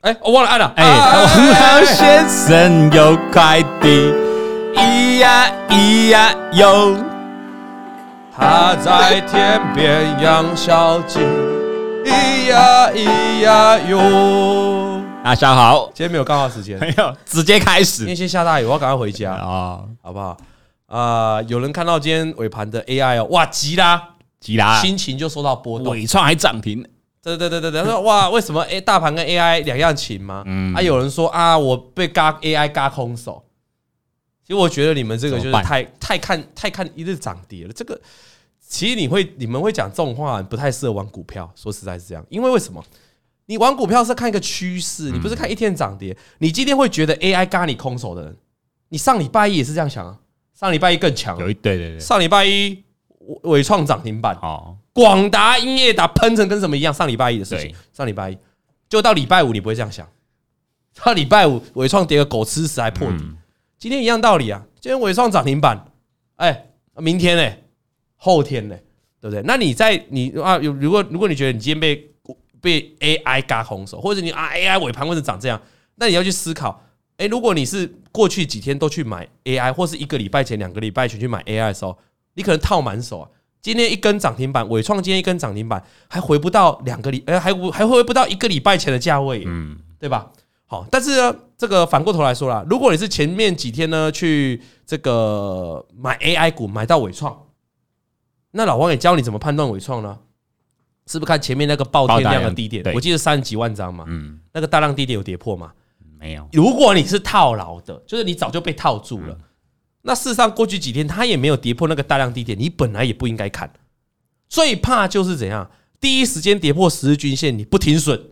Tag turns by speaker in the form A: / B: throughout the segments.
A: 哎，我忘了按了。
B: 哎，
A: 啊
B: 王先生有快递，咿呀咿呀哟，
A: 他在天边养小鸡，咿呀咿呀哟。
B: 大家好，
A: 今天没有刚好时间，
B: 没有，啊直接开
A: 因
B: 始
A: 为先下大雨，我要赶快回家，
B: 哦，
A: 好不好？啊、有人看到今天尾盘的 AI 哦，哇，急啦，
B: 吉拉
A: 心情就受到波动。
B: 伟创还涨停，
A: 对对对对对，他说哇，为什么 A 大盘跟 AI 两样情吗？
B: 嗯
A: 啊，有人说啊，我被嘎 AI 嘎空手。其实我觉得你们这个就是
B: 怎么办
A: 太太看太看一日涨跌了。这个其实你会你们会讲这种话，不太适合玩股票。说实在是这样，因为为什么？你玩股票是看一个趋势，
B: 嗯
A: 你不是看一天涨跌。你今天会觉得 AI 嘎你空手的人，你上礼拜一也是这样想啊，上礼拜一更强啊，
B: 有一对对对，
A: 上礼拜一伟伟创涨停板，
B: 哦，
A: 广达音乐打喷成跟什么一样？上礼拜一的事情
B: 对，
A: 上礼拜一，就到礼拜五你不会这样想，到礼拜五伟创跌个狗吃屎还破底，
B: 嗯
A: 今天一样道理啊，今天伟创涨停板，哎、明天呢、后天呢、对不对？那你在你啊，有如果如果你觉得你今天被被 AI 嘎红手，或者你啊 AI 尾盘为什么涨这样，那你要去思考，哎、如果你是过去几天都去买 AI，或是一个礼拜前、两个礼拜前去买 AI 的时候，你可能套满手啊。今天一根涨停板，伟创今天一根涨停板，还回不到两个礼，呃，还还回不到一个礼拜前的价位耶，
B: 嗯，
A: 对吧？好，但是呢，这个反过头来说啦，如果你是前面几天呢去这个买 AI 股买到伟创，那老王也教你怎么判断伟创呢？是不是看前面那个爆天量的低点
B: 爆大量？对
A: 我记得三十几万张嘛，
B: 嗯，
A: 那个大量低点有跌破嘛？
B: 没有，
A: 如果你是套牢的，就是你早就被套住了，那事实上过去几天它也没有跌破那个大量低点，你本来也不应该看。最怕就是怎样，第一时间跌破十日均线，你不停损，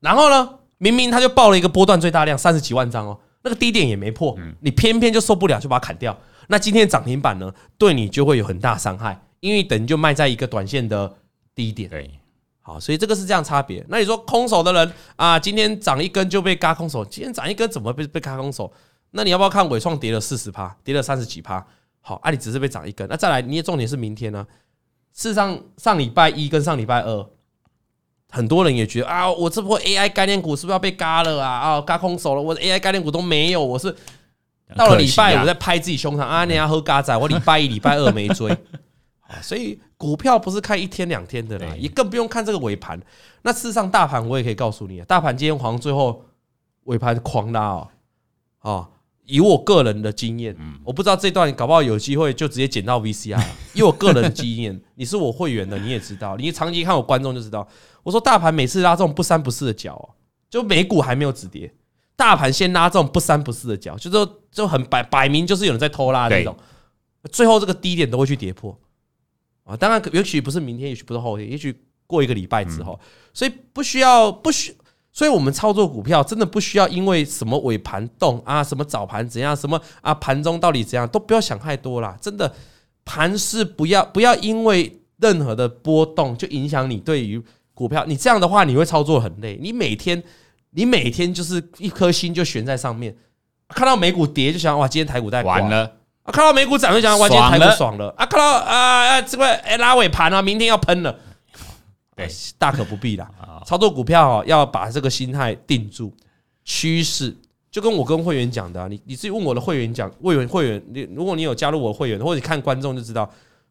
A: 然后呢，明明它就爆了一个波段最大量三十几万张哦，那个低点也没破，你偏偏就受不了就把它砍掉。那今天涨停板呢，对你就会有很大伤害，因为等于就卖在一个短线的低点。
B: 对，
A: 好，所以这个是这样差别。那你说空手的人啊，今天涨一根就被嘎空手，今天涨一根怎么被被嘎空手？那你要不要看伟创跌了四十趴，跌了三十几趴？好，啊，你只是被涨一根，那再来，你也重点是明天呢、事实上，上礼拜一跟上礼拜二，很多人也觉得啊，我这波 AI 概念股是不是要被嘎了啊？啊，嘎空手了，我的 AI 概念股都没有，我是
B: 啊
A: 到了礼拜五我在拍自己胸膛啊，你要喝嘎仔，我礼拜一、礼拜二没追，啊所以股票不是看一天两天的啦，
B: 对
A: 也更不用看这个尾盘。那事实上，大盘我也可以告诉你，啊大盘今天好像最后尾盘狂拉哦，哦，以我个人的经验，我不知道这段搞不好有机会就直接剪到 VCR 了。以我个人的经验， 你是我会员的，你也知道，你长期看我观众就知道，我说大盘每次拉这种不三不四的脚、哦，就美股还没有止跌，大盘先拉这种不三不四的脚，就说就很摆摆明就是有人在偷拉的那种，最后这个低点都会去跌破啊。当然，也许不是明天，也许不是后天，也许过一个礼拜之后，所以不需要不需。所以我们操作股票真的不需要因为什么尾盘动啊，什么早盘怎样，什么啊盘中到底怎样，都不要想太多啦。真的，盘是不要不要因为任何的波动就影响你对于股票。你这样的话，你会操作很累。你每天你每天就是一颗心就悬在上面，看到美股跌就想哇，今天台股在
B: 完了，
A: 啊，看到美股涨就想哇，今天台
B: 爽
A: 股
B: 了
A: 爽了啊，看到啊啊这个哎拉尾盘啊，明天要喷了。哎
B: 对，
A: 大可不必啦
B: 啊。
A: 操作股票、哦、要把这个心态定住，趋势就跟我跟会员讲的、啊，你你自己问我的会员讲，会员会员，你如果你有加入我的会员，或者你看观众就知道，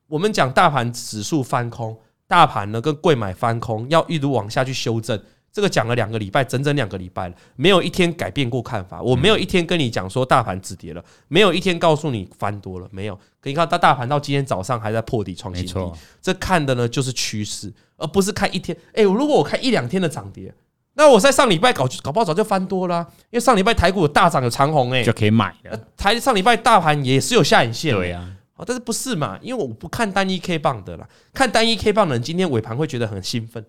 A: 我们讲大盘指数翻空，大盘呢跟贵买翻空要一路往下去修正。这个讲了两个礼拜，整整两个礼拜了，没有一天改变过看法。我没有一天跟你讲说大盘止跌了，没有一天告诉你翻多了，没有。可以看到大盘到今天早上还在破底创新
B: 没
A: 低，
B: 错，
A: 这看的呢就是趋势，而不是看一天。哎、如果我看一两天的涨跌，那我在上礼拜搞搞不好早就翻多啦、因为上礼拜台股有大涨有长红哎、
B: 就可以买
A: 呃
B: 了，
A: 台上礼拜大盘也是有下影线的，
B: 对啊呀，
A: 哦，但是不是嘛？因为我不看单一 K 棒的啦，看单一 K 棒的人今天尾盘会觉得很兴奋，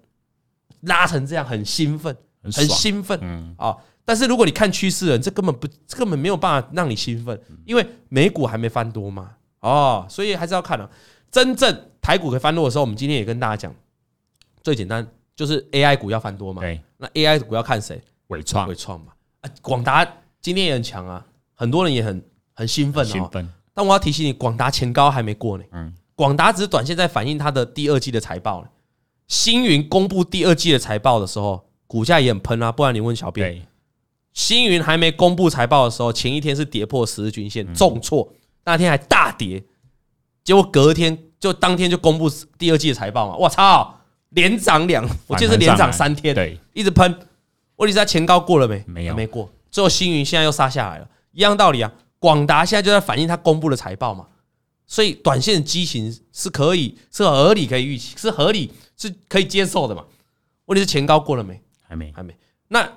A: 拉成这样很兴奋，
B: 很
A: 很
B: 爽，
A: 兴奋，
B: 嗯，
A: 啊、但是如果你看趋势人，这根本不，这根本没有办法让你兴奋，
B: 嗯
A: 因为美股还没翻多嘛，哦，所以还是要看啊。真正台股可以翻多的时候，我们今天也跟大家讲，最简单就是 AI 股要翻多嘛。
B: 对，
A: 那 AI 股要看谁？
B: 伟创
A: 伟创嘛。啊，广达今天也很强啊，很多人也很很兴奋
B: 兴
A: 哦。
B: 奋，
A: 但我要提醒你，广达前高还没过呢。
B: 嗯
A: 广达只是短线在反映它的第二季的财报呢。星云公布第二季的财报的时候，股价也很喷啊。不然你问小编，
B: 对，
A: 星云还没公布财报的时候，前一天是跌破十日均线，重挫，那天还大跌，结果隔天就当天就公布第二季的财报嘛，我操，连涨两，我记得是连涨三天，
B: 对，
A: 一直喷。问题是它前高过了没？啊
B: 没有
A: 还没过。最后星云现在又杀下来了，一样道理啊。广达现在就在反映它公布的财报嘛，所以短线激情是可以是合理可以预期，是合理是可以接受的嘛。问题是前高过了没？
B: 还没
A: 还没。那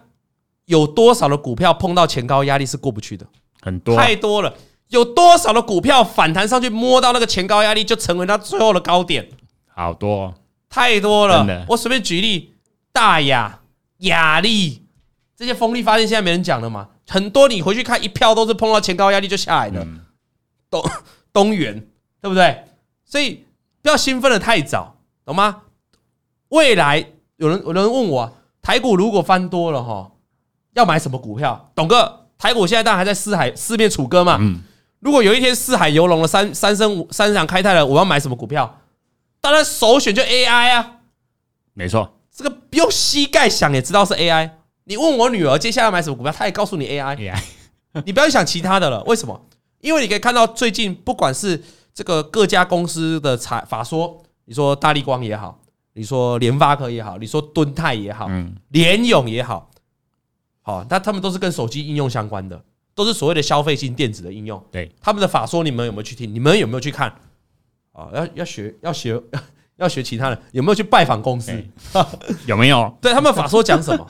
A: 有多少的股票碰到前高压力是过不去的？
B: 很多啊，
A: 太多了。有多少的股票反弹上去摸到那个前高压力，就成为它最后的高点？
B: 好多哦，
A: 太多
B: 真
A: 了
B: 的。
A: 我随便举例，大雅、雅力这些风力发电，现在没人讲了嘛？很多你回去看，一票都是碰到前高压力就下来的。
B: 嗯
A: 东东元，对不对？所以不要兴奋的太早，懂吗？未来有人有人问我啊，台股如果翻多了哈，要买什么股票？董哥，台股现在当然还在四海四面楚歌嘛。
B: 嗯
A: 如果有一天四海游龙了，三三生五三场开泰了，我要买什么股票？当然首选就 AI 啊。
B: 没错，
A: 这个不用膝盖想也知道是 AI。你问我女儿接下来买什么股票，她也告诉你 AI。
B: AI
A: 你不要去想其他的了，为什么？因为你可以看到最近不管是这个各家公司的财法说，你说大力光也好，你说联发科也好，你说敦泰也好，
B: 嗯，
A: 联咏也好，好，那他们都是跟手机应用相关的，都是所谓的消费性电子的应用。
B: 对，
A: 他们的法说你们有没有去听？你们有没有去看？啊，要要学要学要学其他人，有没有去拜访公司？
B: 对有没有？
A: 对他们法说讲什么？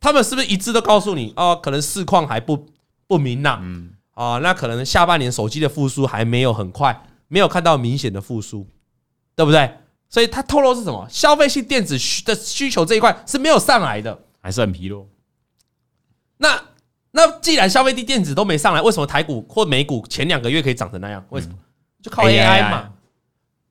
A: 他们是不是一致都告诉你哦？可能市况还不不明朗，
B: 嗯，
A: 啊、那可能下半年手机的复苏还没有很快，没有看到明显的复苏，对不对？所以它透露是什么？消费性电子需的需求这一块是没有上来的。
B: 还是很疲弱，
A: 那那既然消费性电子都没上来，为什么台股或美股前两个月可以涨成那样？为
B: 嗯
A: 什么？就靠
B: AI
A: AI 嘛。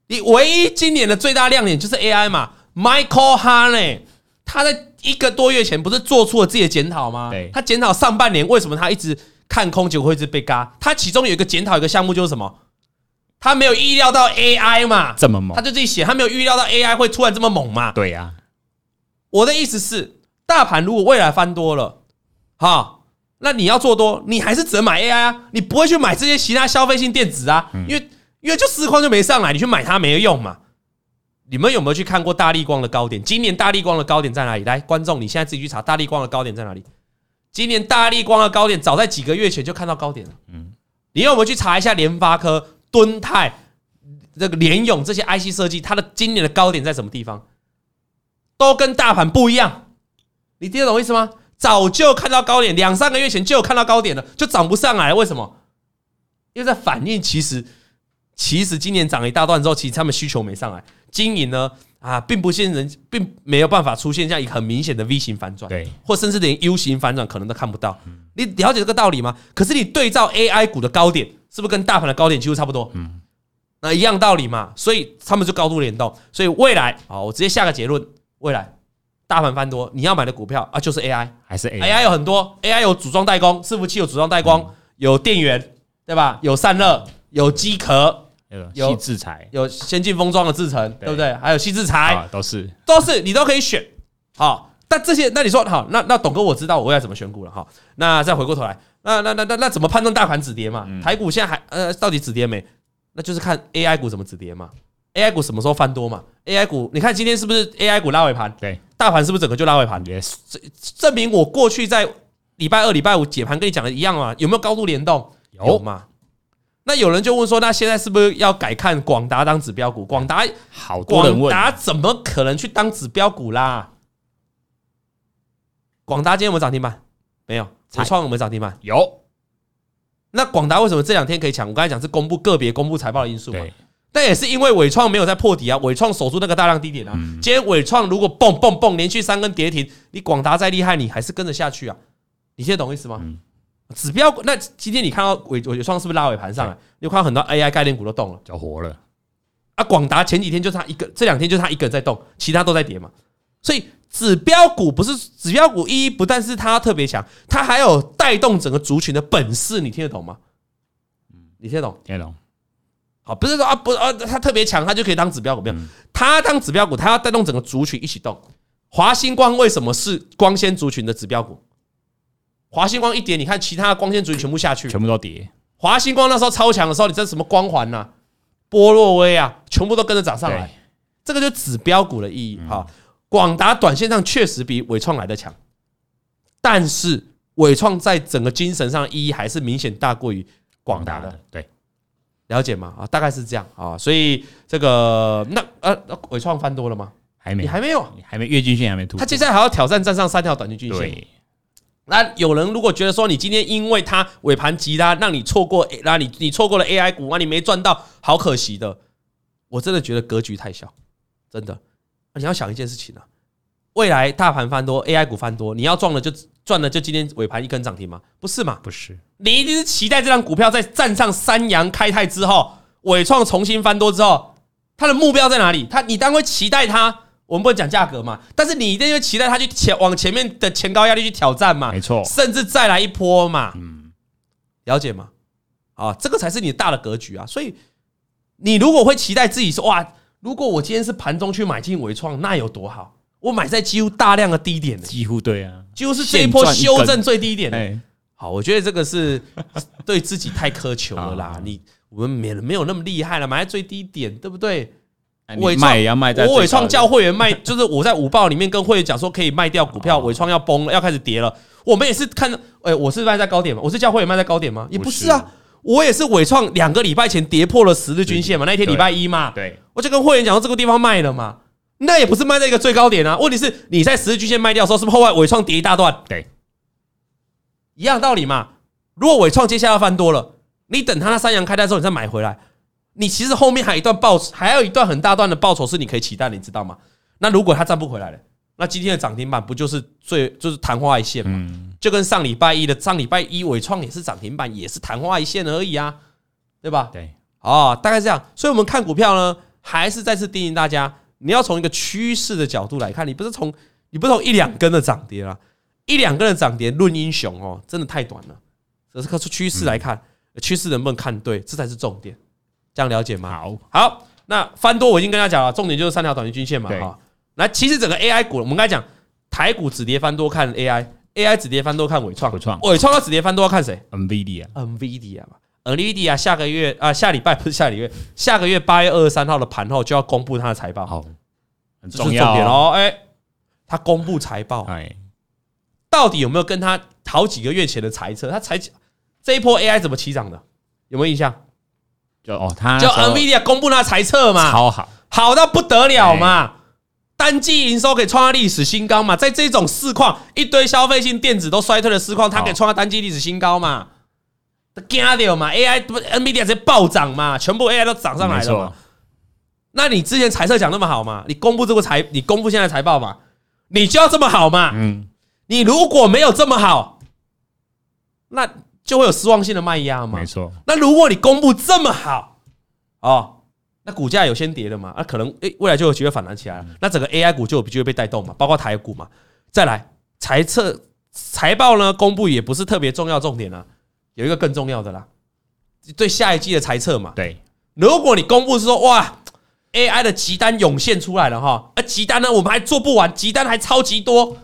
A: 你唯一今年的最大亮点就是 AI 嘛。Michael Haney 他在一个多月前不是做出了自己的检讨吗
B: 对？
A: 他检讨上半年为什么他一直看空，结果会一直被嘎。他其中有一个检讨一个项目就是什么？他没有意料到 AI 嘛，
B: 这么
A: 他
B: 猛
A: 就，自己写，他没有预料到 AI 会突然这么猛嘛。
B: 对呀，
A: 我的意思是，大盘如果未来翻多了，哈，那你要做多，你还是只能买 AI 啊，你不会去买这些其他消费性电子啊，因为因为就市况就没上来，你去买它没有用嘛。你们有没有去看过大力光的高点？今年大力光的高点在哪里？来，观众，你现在自己去查大力光的高点在哪里。今年大力光的高点早在几个月前就看到高点了。
B: 嗯
A: 你有没有去查一下联发科、敦泰、这个联咏这些 IC 设计，它的今年的高点在什么地方？都跟大盘不一样，你听得懂我意思吗？早就看到高点，两三个月前就有看到高点了，就涨不上来，为什么？因为在反映其实其实今年涨了一大段之后，其实他们需求没上来，经营呢啊，并不现人，并没有办法出现这样一个很明显的 V 型反转，
B: 对，
A: 或甚至连 U 型反转可能都看不到。你了解这个道理吗？可是你对照 AI 股的高点，是不是跟大盘的高点几乎差不多？
B: 嗯
A: 那一样道理嘛，所以他们就高度联动。所以未来啊，我直接下个结论：未来大盘翻多，你要买的股票啊，就是 AI。
B: 还是 AI，
A: AI 有很多，AI 有组装代工，伺服器有组装代
B: 嗯
A: 工，有电源，对吧？有散热，有机壳，有
B: 有细制裁
A: 有先进封装的制成，对不对？还有细制材，
B: 啊，都是
A: 都是你都可以选。好，但这些，那你说好，那那董哥我知道我未来怎么选股了哈。那再回过头来，那那那那那怎么判断大盘止跌嘛？台股现在还呃到底止跌没？那就是看 AI 股怎么止跌嘛。AI 股什么时候翻多嘛？AI 股，你看今天是不是 AI 股拉尾盘？
B: 对
A: 大盘是不是整个就拉尾盘？
B: ，yes，
A: 证明我过去在礼拜二、礼拜五解盘跟你讲的一样嘛？有没有高度联动？
B: 有
A: 嘛？那有人就问说，那现在是不是要改看广达当指标股？广达
B: 好多人
A: 广
B: 问，
A: 达怎么可能去当指标股啦？广达今天有没有涨停板？没有。
B: 菜
A: 伟创有没有涨停板？
B: 有，
A: 那广达为什么这两天可以抢？我刚才讲是公布个别公布财报的因素嘛，
B: 对，
A: 但也是因为伟创没有在破底啊，伟创守住那个大量低点啊。
B: 嗯
A: 今天伟创如果蹦蹦蹦连续三根跌停，你广达再厉害，你还是跟着下去啊。你听得懂意思吗？
B: 嗯
A: 指标那今天你看到伟伟创是不是拉尾盘上来？你有看到很多 AI 概念股都动了。
B: 就活了，
A: 啊，广达前几天就他一个，这两天就他一个人在动，其他都在跌嘛。所以指标股不是指标股一，不但是它特别强，它还有带动整个族群的本事，你听得懂吗？你听得懂？
B: 听得懂？
A: 好，不是说啊
B: 嗯
A: 不啊，它特别强，它就可以当指标股，没有，它当指标股，它要带动整个族群一起动。华星光为什么是光纤族群的指标股？华星光一跌，你看其他光纤族群全部下去。
B: 全部都跌，
A: 华星光那时候超强的时候，你这什么光环呐、波洛威啊，全部都跟着涨上来
B: 对。
A: 这个就指标股的意义哈。广达短线上确实比伟创来的强，但是伟创在整个精神上的意义还是明显大过于广达的。，
B: 对，
A: 了解吗？啊，大概是这样啊，所以这个那呃，那伟创翻多了吗？
B: 还没，
A: 你还没有，
B: 还没月均线还没突破，
A: 他接下来还要挑战站上三条短期均线。
B: 对，
A: 那有人如果觉得说你今天因为它尾盘急拉，让你错过，那你你错过了 AI 股啊，你没赚到，好可惜的。我真的觉得格局太小，真的。你要想一件事情啊，未来大盘翻多，AI 股翻多，你要赚了就赚了就今天尾盘一根涨停吗？不是嘛？
B: 不是，
A: 你一定是期待这张股票在站上三阳开泰之后，伟创重新翻多之后，它的目标在哪里？它你当然会期待它，我们不能讲价格嘛，但是你一定会期待它去前往前面的前高压力去挑战嘛，
B: 没错
A: 甚至再来一波嘛，
B: 哦嗯，
A: 了解吗？啊，这个才是你大的格局啊，所以你如果会期待自己说哇，如果我今天是盘中去买进伟创，那有多好？我买在几乎大量的低点呢、
B: 几乎对啊，
A: 几乎是这一波
B: 现赚一
A: 修
B: 根
A: 正最低点、呢。
B: 哎，
A: 好，我觉得这个是 对自己太苛求了啦
B: 啊。
A: 你我们没没有那么厉害了，买在最低点，对不对？
B: 哎
A: 伟
B: 你
A: 创
B: 卖也要卖在最
A: 我
B: 高的
A: 伟创叫会员卖， 就是我在五报里面跟会员讲说可以卖掉股
B: 啊
A: 票，伟创要崩了，要开始跌了。我们也是看，哎，我是卖在高点吗？我是叫会员卖在高点吗？也不
B: 不
A: 是啊，我也是伟创两个礼拜前跌破了十日均线嘛，那一天礼拜一嘛，
B: 对，
A: 我就跟会员讲说这个地方卖了嘛，那也不是卖在一个最高点啊。问题是你在十日均线卖掉的时候，是不是后来伟创跌一大段？
B: 对，
A: 一样道理嘛。如果伟创接下来要翻多了，你等它那三阳开泰之后，你再买回来，你其实后面还有一段报，还有一段很大段的报酬是你可以期待的，你知道吗？那如果它站不回来了，那今天的涨停板不就是最就是昙花一现吗？
B: 嗯，
A: 就跟上礼拜一的上礼拜一伟创也是涨停板，也是昙花一现而已啊，对吧？
B: 对，
A: 哦，大概是这样。所以，我们看股票呢，还是再次叮咛大家，你要从一个趋势的角度来看，你不是从你不是从一两根的涨跌啦，一两根的涨跌论英雄哦，真的太短了。这是看出趋势来
B: 嗯
A: 看，趋势能不能看对，这才是重点。这样了解吗？
B: 好，
A: 好，那翻多我已经跟他讲了，重点就是三条短期均线嘛，
B: 对
A: 哈。那其实整个 AI 股，我们刚才讲台股止跌翻多看 AI，AI 止跌翻多看伟创，
B: 伟创
A: 伟创要止跌翻多要看谁？
B: NVD 啊，
A: NVIDIA 嘛，NVIDIA 下个月啊、下礼拜不是下礼拜，下个月八月二十三号的盘后就要公布它的财报，
B: 好，很
A: 这是
B: 重
A: 重点
B: 要
A: 哦。
B: 哦，
A: 哎、它公布财报
B: 哎，
A: 到底有没有跟它好几个月前的猜测？它才这一波 AI 怎么起涨的？有没有印象？
B: 就哦，他
A: 就
B: 那时候
A: NVIDIA 公布它的财测嘛，
B: 超好，
A: 好到不得了
B: 哎
A: 嘛。单季营收可以创下历史新高嘛？在这种市况，一堆消费性电子都衰退的市况，它可以
B: 好
A: 创下单季历史新高嘛？惊掉嘛？AI 不 NVIDIA 直接暴涨嘛？全部 AI 都涨上来
B: 没
A: 了嘛
B: 错？，
A: 那你之前财测讲那么好嘛？你公布这个财，你公布现在财报嘛？你就要这么好嘛？
B: 嗯，
A: 你如果没有这么好，那就会有失望性的卖压嘛
B: 没。错，
A: 那如果你公布这么好，哦，那股价有先跌的嘛？啊那可能诶、未来就有机会反弹起来了。那整个 AI 股就有机会被带动嘛，包括台股嘛。再来，财测财报呢公布也不是特别重要重点啊，有一个更重要的啦，对下一季的财测嘛。
B: 对，
A: 如果你公布是说哇，AI 的急单涌现出来了哈，而急单呢我们还做不完，急单还超级多，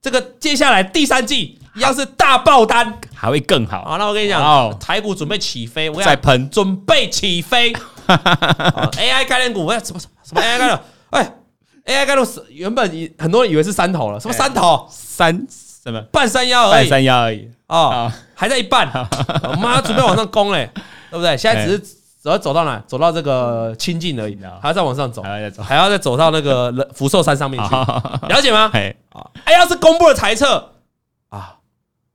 A: 这个接下来第三季一样是大爆单
B: 还会更好，
A: 啊！那我跟你讲
B: 哦，
A: 台股准备起飞，我跟你
B: 再
A: 讲
B: 喷，
A: 准备起 飞啊，AI 概念股，我要什么什么 AI 概念？ 哎，AI 概念是原本以很多人以为是三头了，什么三头？
B: 三什么
A: 半山腰而
B: 哎半
A: 已
B: 山腰而已，
A: 哦
B: 啊，
A: 还在一半，我妈准备往上攻 嘞，对不对？现在只是
B: 哎
A: 只要走到哪，走到这个清近而已
B: 嗯，
A: 还要再往上走
B: 还，要再走，
A: 还要再走到那个人福寿山上面
B: 啊
A: 去，
B: 好，
A: 了解吗？
B: 哎，
A: 啊，哎，要是公布了财测啊，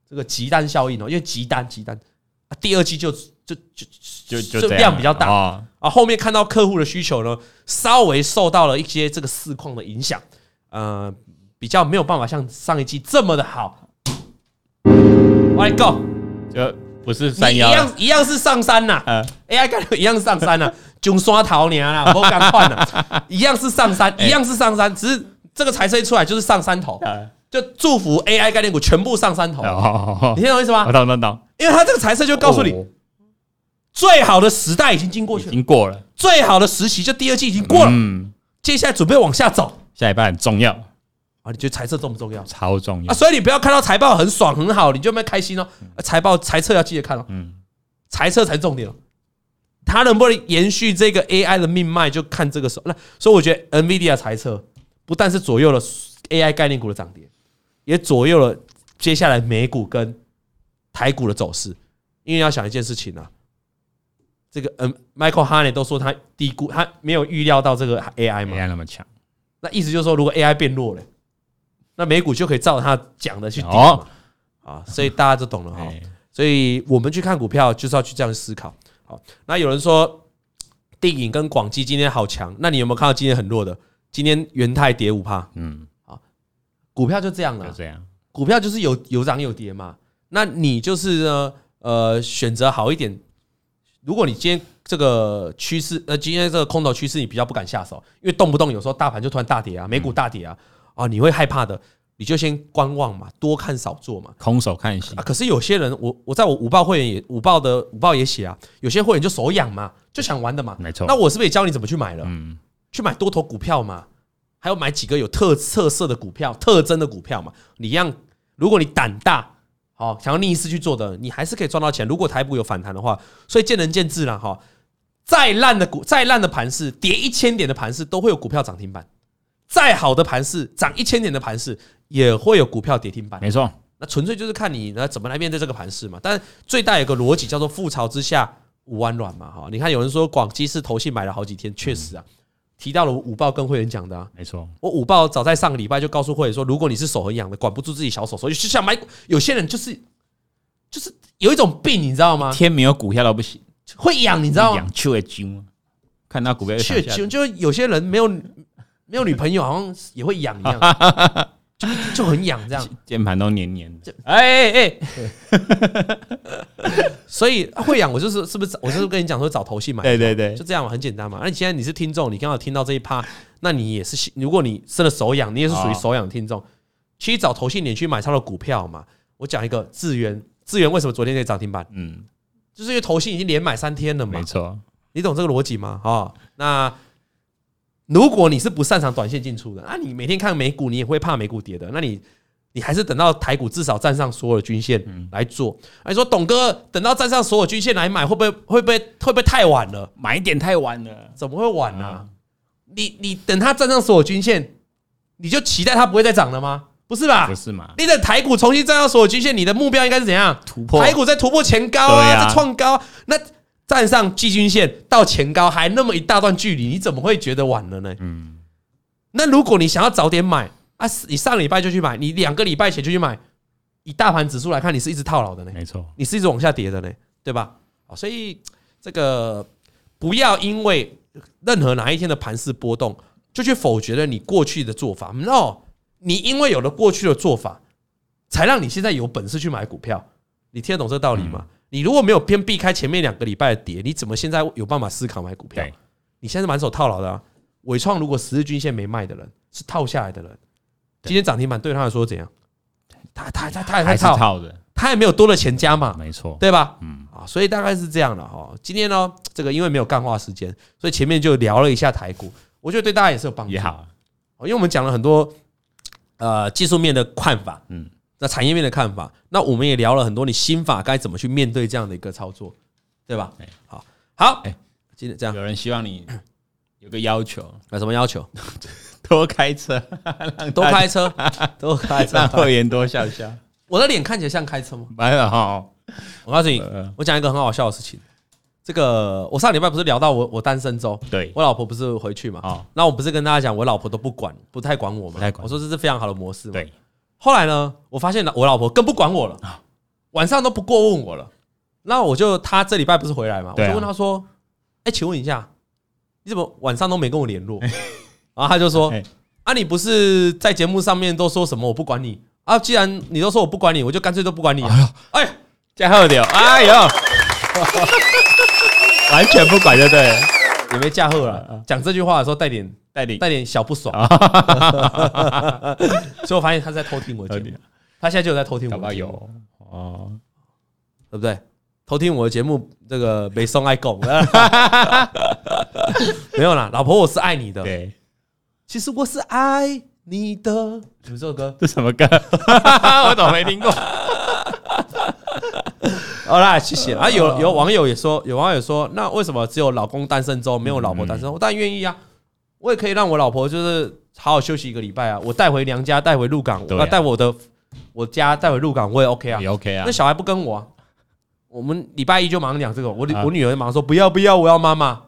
A: 这个急单效应哦，因为急单急单，啊第二季就就就
B: 就就
A: 这
B: 这样
A: 量比较大
B: 哦
A: 啊，后面看到客户的需求呢，稍微受到了一些这个市况的影响，呃，比较没有办法像上一季这么的好。来 go，
B: 就不是
A: 你
B: 山
A: 一
B: 腰，
A: 样一样是上山呐、
B: 呃，
A: AI 概念一样上山了、啊，囧刷桃娘啦，不敢换了，一样是上山，一样是上山，只是这个财色一出来就是上山头，
B: 呃
A: 就祝福 AI 概念股全部上山头。
B: 哦
A: 你听懂我意思吗
B: 我？懂懂懂，
A: 因为它这个财色就告诉你，最好的时代已经经过
B: 哦已
A: 去了，
B: 经过
A: 哦
B: 了，
A: 最好的时期就第二季已经过了，
B: 嗯，
A: 接下来准备往下走。
B: 下一半很重要，
A: 啊，你觉得财测重不重要？
B: 超重
A: 啊，
B: 要。
A: 所以你不要看到财报很爽很好，你就没开心哦。啊财报财测要记得看哦，
B: 嗯，
A: 财测才是重点哦。它能不能延续这个 AI 的命脉，就看这个时候。那所以我觉得 NVIDIA 财测不但是左右了 AI 概念股的涨跌，也左右了接下来美股跟台股的走势。因为要想一件事情啊，这个嗯，Michael Haney 都说他低估，他没有预料到这个 AI 嘛。
B: AI 哎那么强
A: 那意思就是说，如果 AI 变弱了，那美股就可以照他讲的去顶
B: 哦
A: 嘛。啊，所以大家就懂了哈。
B: 哎
A: 所以我们去看股票就是要去这样思考。好，那有人说电影跟广基今天好强，那你有没有看到今天很弱的？今天元泰跌五帕，
B: 嗯，
A: 股票就这样了、
B: 就这样，
A: 股票就是有有涨有跌嘛。那你就是呢，呃，选择好一点。如果你今天这个趋势，呃，今天这个空头趋势，你比较不敢下手，因为动不动有时候大盘就突然大跌啊，美股大跌啊，啊，你会害怕的，你就先观望嘛，多看少做嘛。
B: 空手看戏
A: 啊，，可是有些人，我我在我五报会员也五报的五报也写啊，有些会员就手痒嘛，就想玩的嘛。
B: 没错
A: 那。我是不是也教你怎么去买了？
B: 嗯，
A: 去买多头股票嘛，还有买几个有特特色的股票、特征的股票嘛。你一样，如果你胆大，好、想要逆势去做的，你还是可以赚到钱。如果台股有反弹的话，所以见仁见智啦，哈、再烂的股、再烂的盘势，跌一千点的盘势都会有股票涨停板；再好的盘势，涨一千点的盘势也会有股票跌停板。
B: 没错，
A: 那纯粹就是看你呢怎么来面对这个盘势嘛。但最大有个逻辑叫做覆巢之下无完卵嘛，哈。你看有人说广基是投信买了好几天，确实啊，提到了我五报跟会员讲的啊。
B: 没错，
A: 我五报早在上个礼拜就告诉会员说，如果你是手很痒的，管不住自己小手手，就想买。有些人就是就是有一种病，你知道吗？
B: 天没有股票都不行，
A: 会痒，啊你知道吗？
B: 养秋的揪，看到股票就想
A: 确
B: 下
A: 就就有些人没有没有女朋友，好像也会痒一样，就就很痒这样。
B: 键盘都黏黏的，
A: 哎哎哎，所以会养我就是是不是我就是跟你讲说找投信买，
B: 对对对
A: 就，这样嘛，很简单嘛。那你现在你是听众，你刚好听到这一趴，那你也是，如果你真的手痒，你也是属于手痒听众，其实找投信连续买超的股票嘛。我讲一个智源，智源为什么昨天可以涨停板？
B: 嗯，
A: 就是因为投信已经连买三天了嘛
B: 没。错，
A: 你懂这个逻辑吗？哦，那如果你是不擅长短线进出的，那、你每天看美股，你也会怕美股跌的，那你你还是等到台股至少站上所有的均线来做。那你说董哥等到站上所有均线来买，会不会会不会会不会太晚了？
B: 买点太晚了，
A: 怎么会晚呢、
B: 啊
A: 你你等它站上所有均线，你就期待它不会再涨了吗？不是吧
B: 不？是嘛？
A: 你等台股重新站上所有均线，你的目标应该是怎样？
B: 突破
A: 台股在突破前高
B: 对
A: 啊，
B: 啊
A: 在创高啊，那站上季均线到前高还那么一大段距离，你怎么会觉得晚了呢？
B: 嗯，
A: 那如果你想要早点买啊，是你上礼拜就去买，你两个礼拜前就去买，以大盘指数来看，你是一直套牢的呢，
B: 没错，
A: 你是一直往下跌的呢，对吧？好所以这个不要因为任何哪一天的盘势波动，就去否决了你过去的做法。No，你因为有了过去的做法，才让你现在有本事去买股票。你听得懂这个道理吗？
B: 嗯
A: 你如果没有偏避开前面两个礼拜的跌，你怎么现在有办法思考买股票
B: 对？
A: 你现在是满手套牢的、啊。伟创如果十日均线没卖的人，是套下来的人。
B: 对
A: 今天涨停板对他来说怎样？他他他他也在
B: 还是
A: 套，
B: 套的，
A: 他也没有多的钱加嘛。
B: 没错，
A: 对吧？
B: 嗯
A: 啊，所以大概是这样的哈。今天呢，这个因为没有干话时间，所以前面就聊了一下台股，我觉得对大家也是有帮助
B: 也，好，
A: 哦因为我们讲了很多呃技术面的看法，嗯
B: 嗯，
A: 那产业面的看法，那我们也聊了很多你心法该怎么去面对这样的一个操作，对吧
B: 对？
A: 好，好
B: 哎，
A: 今天这样
B: 有人希望你有个要 求，
A: 有什么要求？
B: 多开 车，
A: 多开 车，多开
B: 让
A: 车。
B: 会员多笑笑，
A: 我的脸看起来像开车吗？
B: 没有哈，
A: 我告诉你，
B: 呃
A: 我讲一个很好笑的事情。这个我上礼拜不是聊到我我单身周，
B: 对，
A: 我老婆不是回去嘛，
B: 哦，
A: 那我不是跟大家讲，我老婆都不管，不太管我嘛。
B: 不太管
A: 我说这是非常好的模式嘛。
B: 对，啊
A: 后来呢，我发现了我老婆更不管我了，晚上都不过问我了。那我就她这礼拜不是回来嘛，我
B: 对啊
A: 就问她说：“哎、请问一下，你怎么晚上都没跟我联络？” 然后她就说
B: 哎：“
A: 啊，你不是在节目上面都说什么我不管你啊？既然你都说我不管你，我就干脆都不管你、啊。哎呀，
B: 加厚点，哎呦， 完全不管就对了，
A: 也没嫁祸
B: 啊
A: 了。讲这句话的时候带点
B: 带领
A: 带点小不爽， 所以我发现她是在偷听我的节目。他现在就有在偷听
B: 搞
A: 我
B: 不好
A: 的节目，
B: 有哦，
A: 对不对？偷听我的节目，这个没送爱狗，没有啦，老婆，我是爱你的，
B: 对，
A: 其实我是爱你的什么这首歌？
B: 这什么歌？啊我怎么没听过？
A: 好啦，谢
B: 嗯
A: 谢。啊，有有网友也说，有网友说，那为什么只有老公单身周没有老婆
B: 嗯
A: 单身？我当然愿意啊，我也可以让我老婆就是好好休息一个礼拜啊，我带回娘家，带回鹿港，
B: 对啊
A: 我带我的我家带回鹿港，我也 OK 啊
B: 也。OK 啊
A: 那？小孩不跟我、啊，我们礼拜一就忙讲这个，我女
B: 啊
A: 我女儿忙说不要不要，我要妈妈。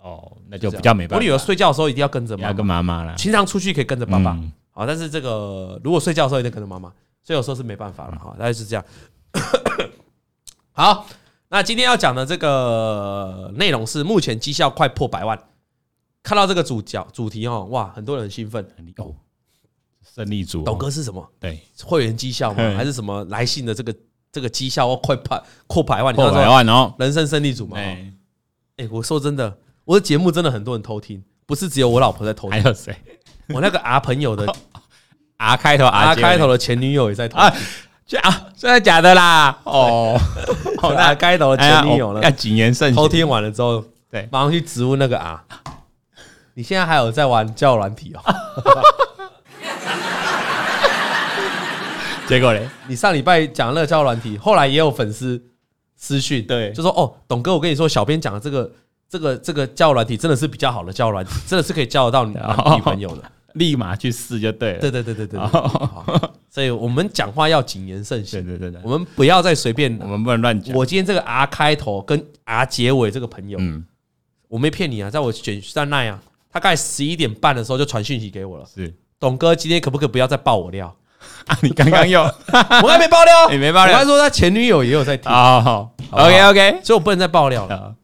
B: 哦，那就比较没办
A: 我
B: 法。
A: 女儿睡觉的时候一定要跟着妈
B: 要
A: 妈，
B: 跟妈妈啦，
A: 平常出去可以跟着爸爸。
B: 嗯
A: 好，但是这个如果睡觉的时候也得跟着妈妈，所以有时候是没办法了哈，大概是这样。好，那今天要讲的这个内容是目前绩效快破百万，看到这个主角主题哦，哇，很多人很兴奋。
B: 哦，胜利组哦
A: 董哥是什么？
B: 对，
A: 会员绩效吗？
B: 嗯
A: 还是什么来信的这个这个绩效哦快破破百万？你
B: 破
A: 刚刚
B: 百
A: 说
B: 万哦。
A: 人生胜利组嘛？哎、
B: 哎，
A: 我说真的，我的节目真的很多人偷听，不是只有我老婆在偷
B: 还
A: 听，
B: 有谁
A: 我那个 R 朋友 的
B: ？R 开头
A: R
B: 姐
A: 开头的前女友也在偷
B: 啊，这啊，真的假的啦？哦，
A: 哦， 那该头的
B: 哎呀
A: 前女友
B: 我
A: 呢？
B: 要谨言 慎
A: 偷
B: 行。
A: 听完了之后，
B: 对
A: 马上去植入那个啊。你现在还有在玩交友软体 哦？
B: 结果嘞，
A: 你上礼拜讲那个交友软体，后来也有粉丝私讯，
B: 对
A: 就说哦，董哥，我跟你说，小编讲的这个这个这个交友软体真的是比较好的交友软体，真的是可以交得到你
B: 哦
A: 女朋友的。
B: 立马去试就对了。
A: 对对对对对对。
B: 哦
A: 好所以我们讲话要谨言慎
B: 对
A: 行，
B: 对对对，
A: 我们不要再随便
B: 我。们不能乱讲。
A: 我今天这个 R 开头跟 R 结尾这个朋友，
B: 嗯，
A: 我没骗你啊，在我选在那啊，大概十一点半的时候就传讯息给我了。
B: 是
A: 董哥，今天可不可以不要再爆我料？
B: 啊，你刚刚又
A: 我还没爆料，
B: 哎你没爆料
A: 我还说他前女友也有在听，
B: 哦
A: 好不好
B: ，OK OK，
A: 所以我不能再爆料了。
B: 好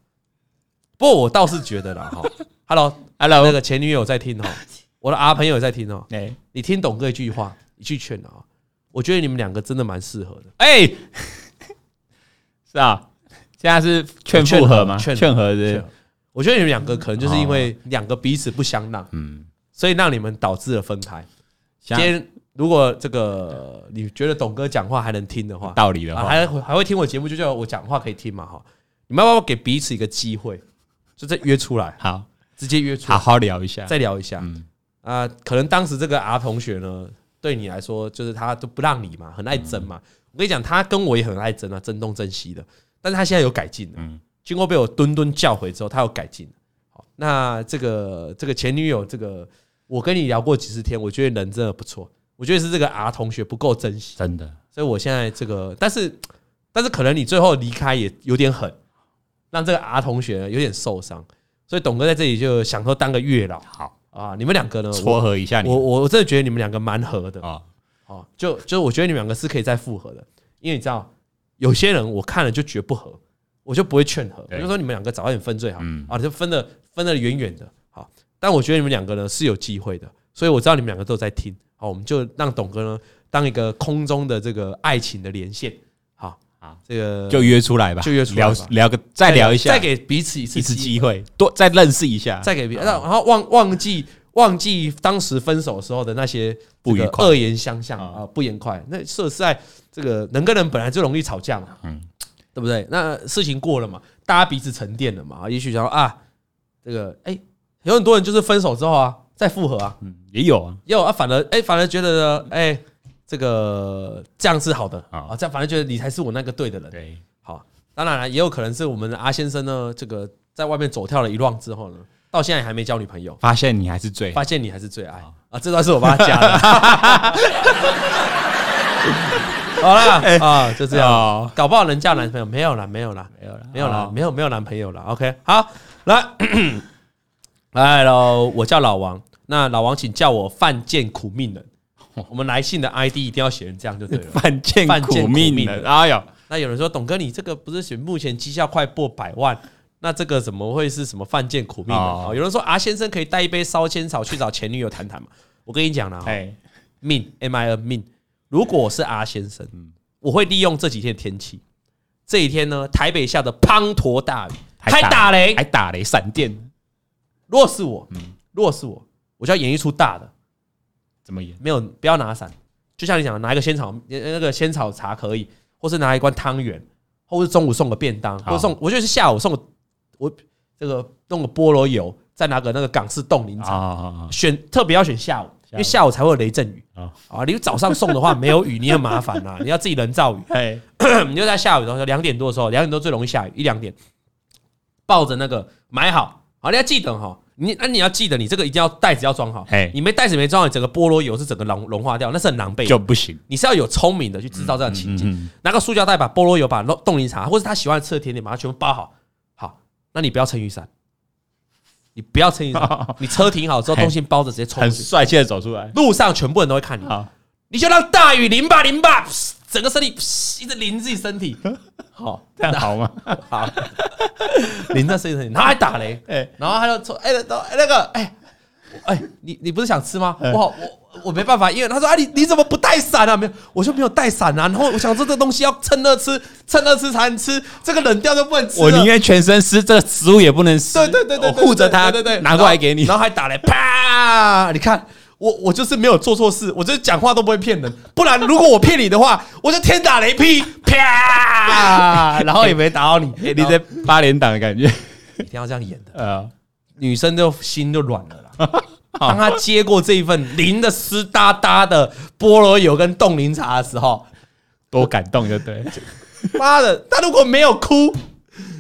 A: 不过我倒是觉得 啦，哈，Hello Hello，那个前女友在听哦，我的 R 朋友也在听哦。
B: 哎
A: 你听董哥一句话，一句劝啊，我觉得你们两个真的蛮适合的。
B: 哎，是啊，现在是劝复合吗？
A: 劝和
B: 劝和是
A: 劝和啊我觉得你们两个可能就是因为两个彼此不相让，
B: 哦嗯，
A: 所以让你们导致了分开。今
B: 像
A: 天如果这个你觉得董哥讲话还能听的话，
B: 道理的
A: 啊，
B: 话，
A: 还会还会听我节目，就叫我讲话可以听嘛哈。你们要不要给彼此一个机会，就再约出来，
B: 好
A: 直接约出
B: 好
A: 来，
B: 好聊一下。
A: 再聊一下
B: 嗯
A: 啊、可能当时这个 R 同学呢，对你来说就是他都不让你嘛，很爱争嘛。
B: 嗯
A: 我跟你讲，他跟我也很爱争啊，争东争西的。但是他现在有改进了，
B: 嗯
A: 经过被我敦敦教诲之后，他有改进了。好，那这个这个前女友，这个我跟你聊过几十天，我觉得人真的不错。我觉得是这个 R 同学不够珍惜，
B: 真的，
A: 所以我现在这个，但是但是可能你最后离开也有点狠，让这个 R 同学有点受伤，所以董哥在这里就想说当个月老
B: 好
A: 啊，你们两个呢，
B: 撮
A: 我
B: 合一下你
A: 我我我真的觉得你们两个蛮合的
B: 啊，
A: 啊，就就我觉得你们两个是可以再复合的，因为你知道有些人我看了就绝不合，我就不会劝和，我
B: 对
A: 就说你们两个早点分最好
B: 嗯
A: 啊，就分的分的远远的好，但我觉得你们两个呢是有机会的，所以我知道你们两个都有在听，好，我们就让董哥呢当一个空中的这个爱情的连线，好
B: 好，
A: 这个
B: 就约出来吧，
A: 呃就约出来
B: 聊
A: 吧
B: 聊个再聊一下，
A: 再给彼此一次
B: 一次
A: 机
B: 机会，多再认识一下
A: 会，。再给彼，然后忘忘记忘记当时分手时候的那些
B: 不愉
A: 这个
B: 快
A: 恶言相向
B: 啊
A: 啊，不愉快。那说实在，这个人跟人本来就容易吵架嘛，
B: 嗯
A: 嗯，对不对？那事情过了嘛，大家彼此沉淀了嘛，也许想说啊，这个哎，有很多人就是分手之后啊，再复合啊，
B: 嗯，也有啊，
A: 又啊，反而哎、反而觉得哎、这个这样是好的
B: 啊
A: 啊，这样反而觉得你才是我那个对的人。
B: 对，
A: 好，当然了，也有可能是我们的阿先生呢，这个在外面走跳了一浪之后呢，到现在还没交女朋友，
B: 发现你还是最
A: 发现你还是最爱啊，这段是我帮他加的。好啦，啊，就这样，
B: 哦，
A: 搞不好人家有男朋友没有啦，没有啦，
B: 没有了，
A: 没有啦
B: 哦，
A: 没有没有男朋友啦。OK，好，来 来喽，我叫老王，那老王请叫我犯贱苦命人。我们来信的 ID 一定要写成这样就对了。
B: 犯贱
A: 犯贱苦
B: 苦命
A: 命
B: 的，
A: 的
B: 哎呦，
A: 那有人说，董哥，你这个不是写目前绩效快破百万，那这个怎么会是什么犯贱苦命人
B: 哦
A: 哦？有人说，啊先生可以带一杯烧仙草去找前女友谈谈嘛？我跟你讲啦，
B: 哎，
A: 命 M I N 命，如果我是阿先生，我会利用这几天的天气，这几天呢，台北下的滂沱大雨，还打雷
B: 还。打雷，闪电
A: 如果是我，如果是我，我就要演一出大的，
B: 怎么演？
A: 没有不要拿伞，就像你讲的，拿一个仙草呃那个仙草茶可以，或是拿一罐汤圆，或是中午送个便当，
B: 好
A: 或者送，我觉得是下午送个我这个弄个菠萝油，再拿个那个港式冻柠茶，
B: 啊，
A: 选特别要选下午，因为下午才会有雷阵雨
B: 哦
A: 啊。你早上送的话没有雨，你很麻烦呐，你要自己人造雨。
B: 哎，
A: 你就在下午的时候，两点多的时候，两点多最容易下雨，一两点，抱着那个买好，好，你要记得哈，你那你要记得，你这个一定要袋子要装好
B: 嘿，
A: 你没袋子没装好，你整个菠萝油是整个融融化掉，那是很狼狈的。
B: 哎就不行。
A: 你是要有聪明的去制造这样的情景，
B: 嗯，
A: 拿个塑胶袋把菠萝油、把冻冻柠茶，或是他喜欢吃的甜点，把它全部包好。好，那你不要撑雨伞，你不要撑雨 伞，你车停好之后，
B: 嘿
A: 东西包着直接冲
B: 很
A: 出去，
B: 帅气的走出来。
A: 路上全部人都会看你。
B: 好，
A: 你就让大雨淋吧淋吧，噗整个身体噗一直淋自己身体，好
B: 这样好吗？
A: 好，淋在自己身体，然后还打雷，
B: 哎，
A: 然后他就说：“ 哎、那那那个，哎、哎、你你不是想吃吗？
B: 嗯
A: 我好我我没办法，因为他说：‘哎、你你怎么不带伞啊？’没有，我就没有带伞啊。然后我想说这东西要趁热吃，趁热吃才能吃，这个冷掉就不能吃了。
B: 我宁愿全身湿，这个食物也不能湿。
A: 对对对对，
B: 我护着它，
A: 对对对，
B: 拿过来给你
A: 然。后还打来啪！你看我我就是没有做错事，我就是讲话都不会骗人，不然如果我骗你的话，我就天打雷劈啪！ 哎
B: 啊，然后也没打到你，哎你在八连档的 感觉。
A: 一定要这样演的，
B: 呃，
A: 女生就心就软了啦。 当她接过这一份淋的湿哒哒的菠萝油跟冻柠茶的时候，
B: 多感动就 对。
A: 妈的，她如果没有哭。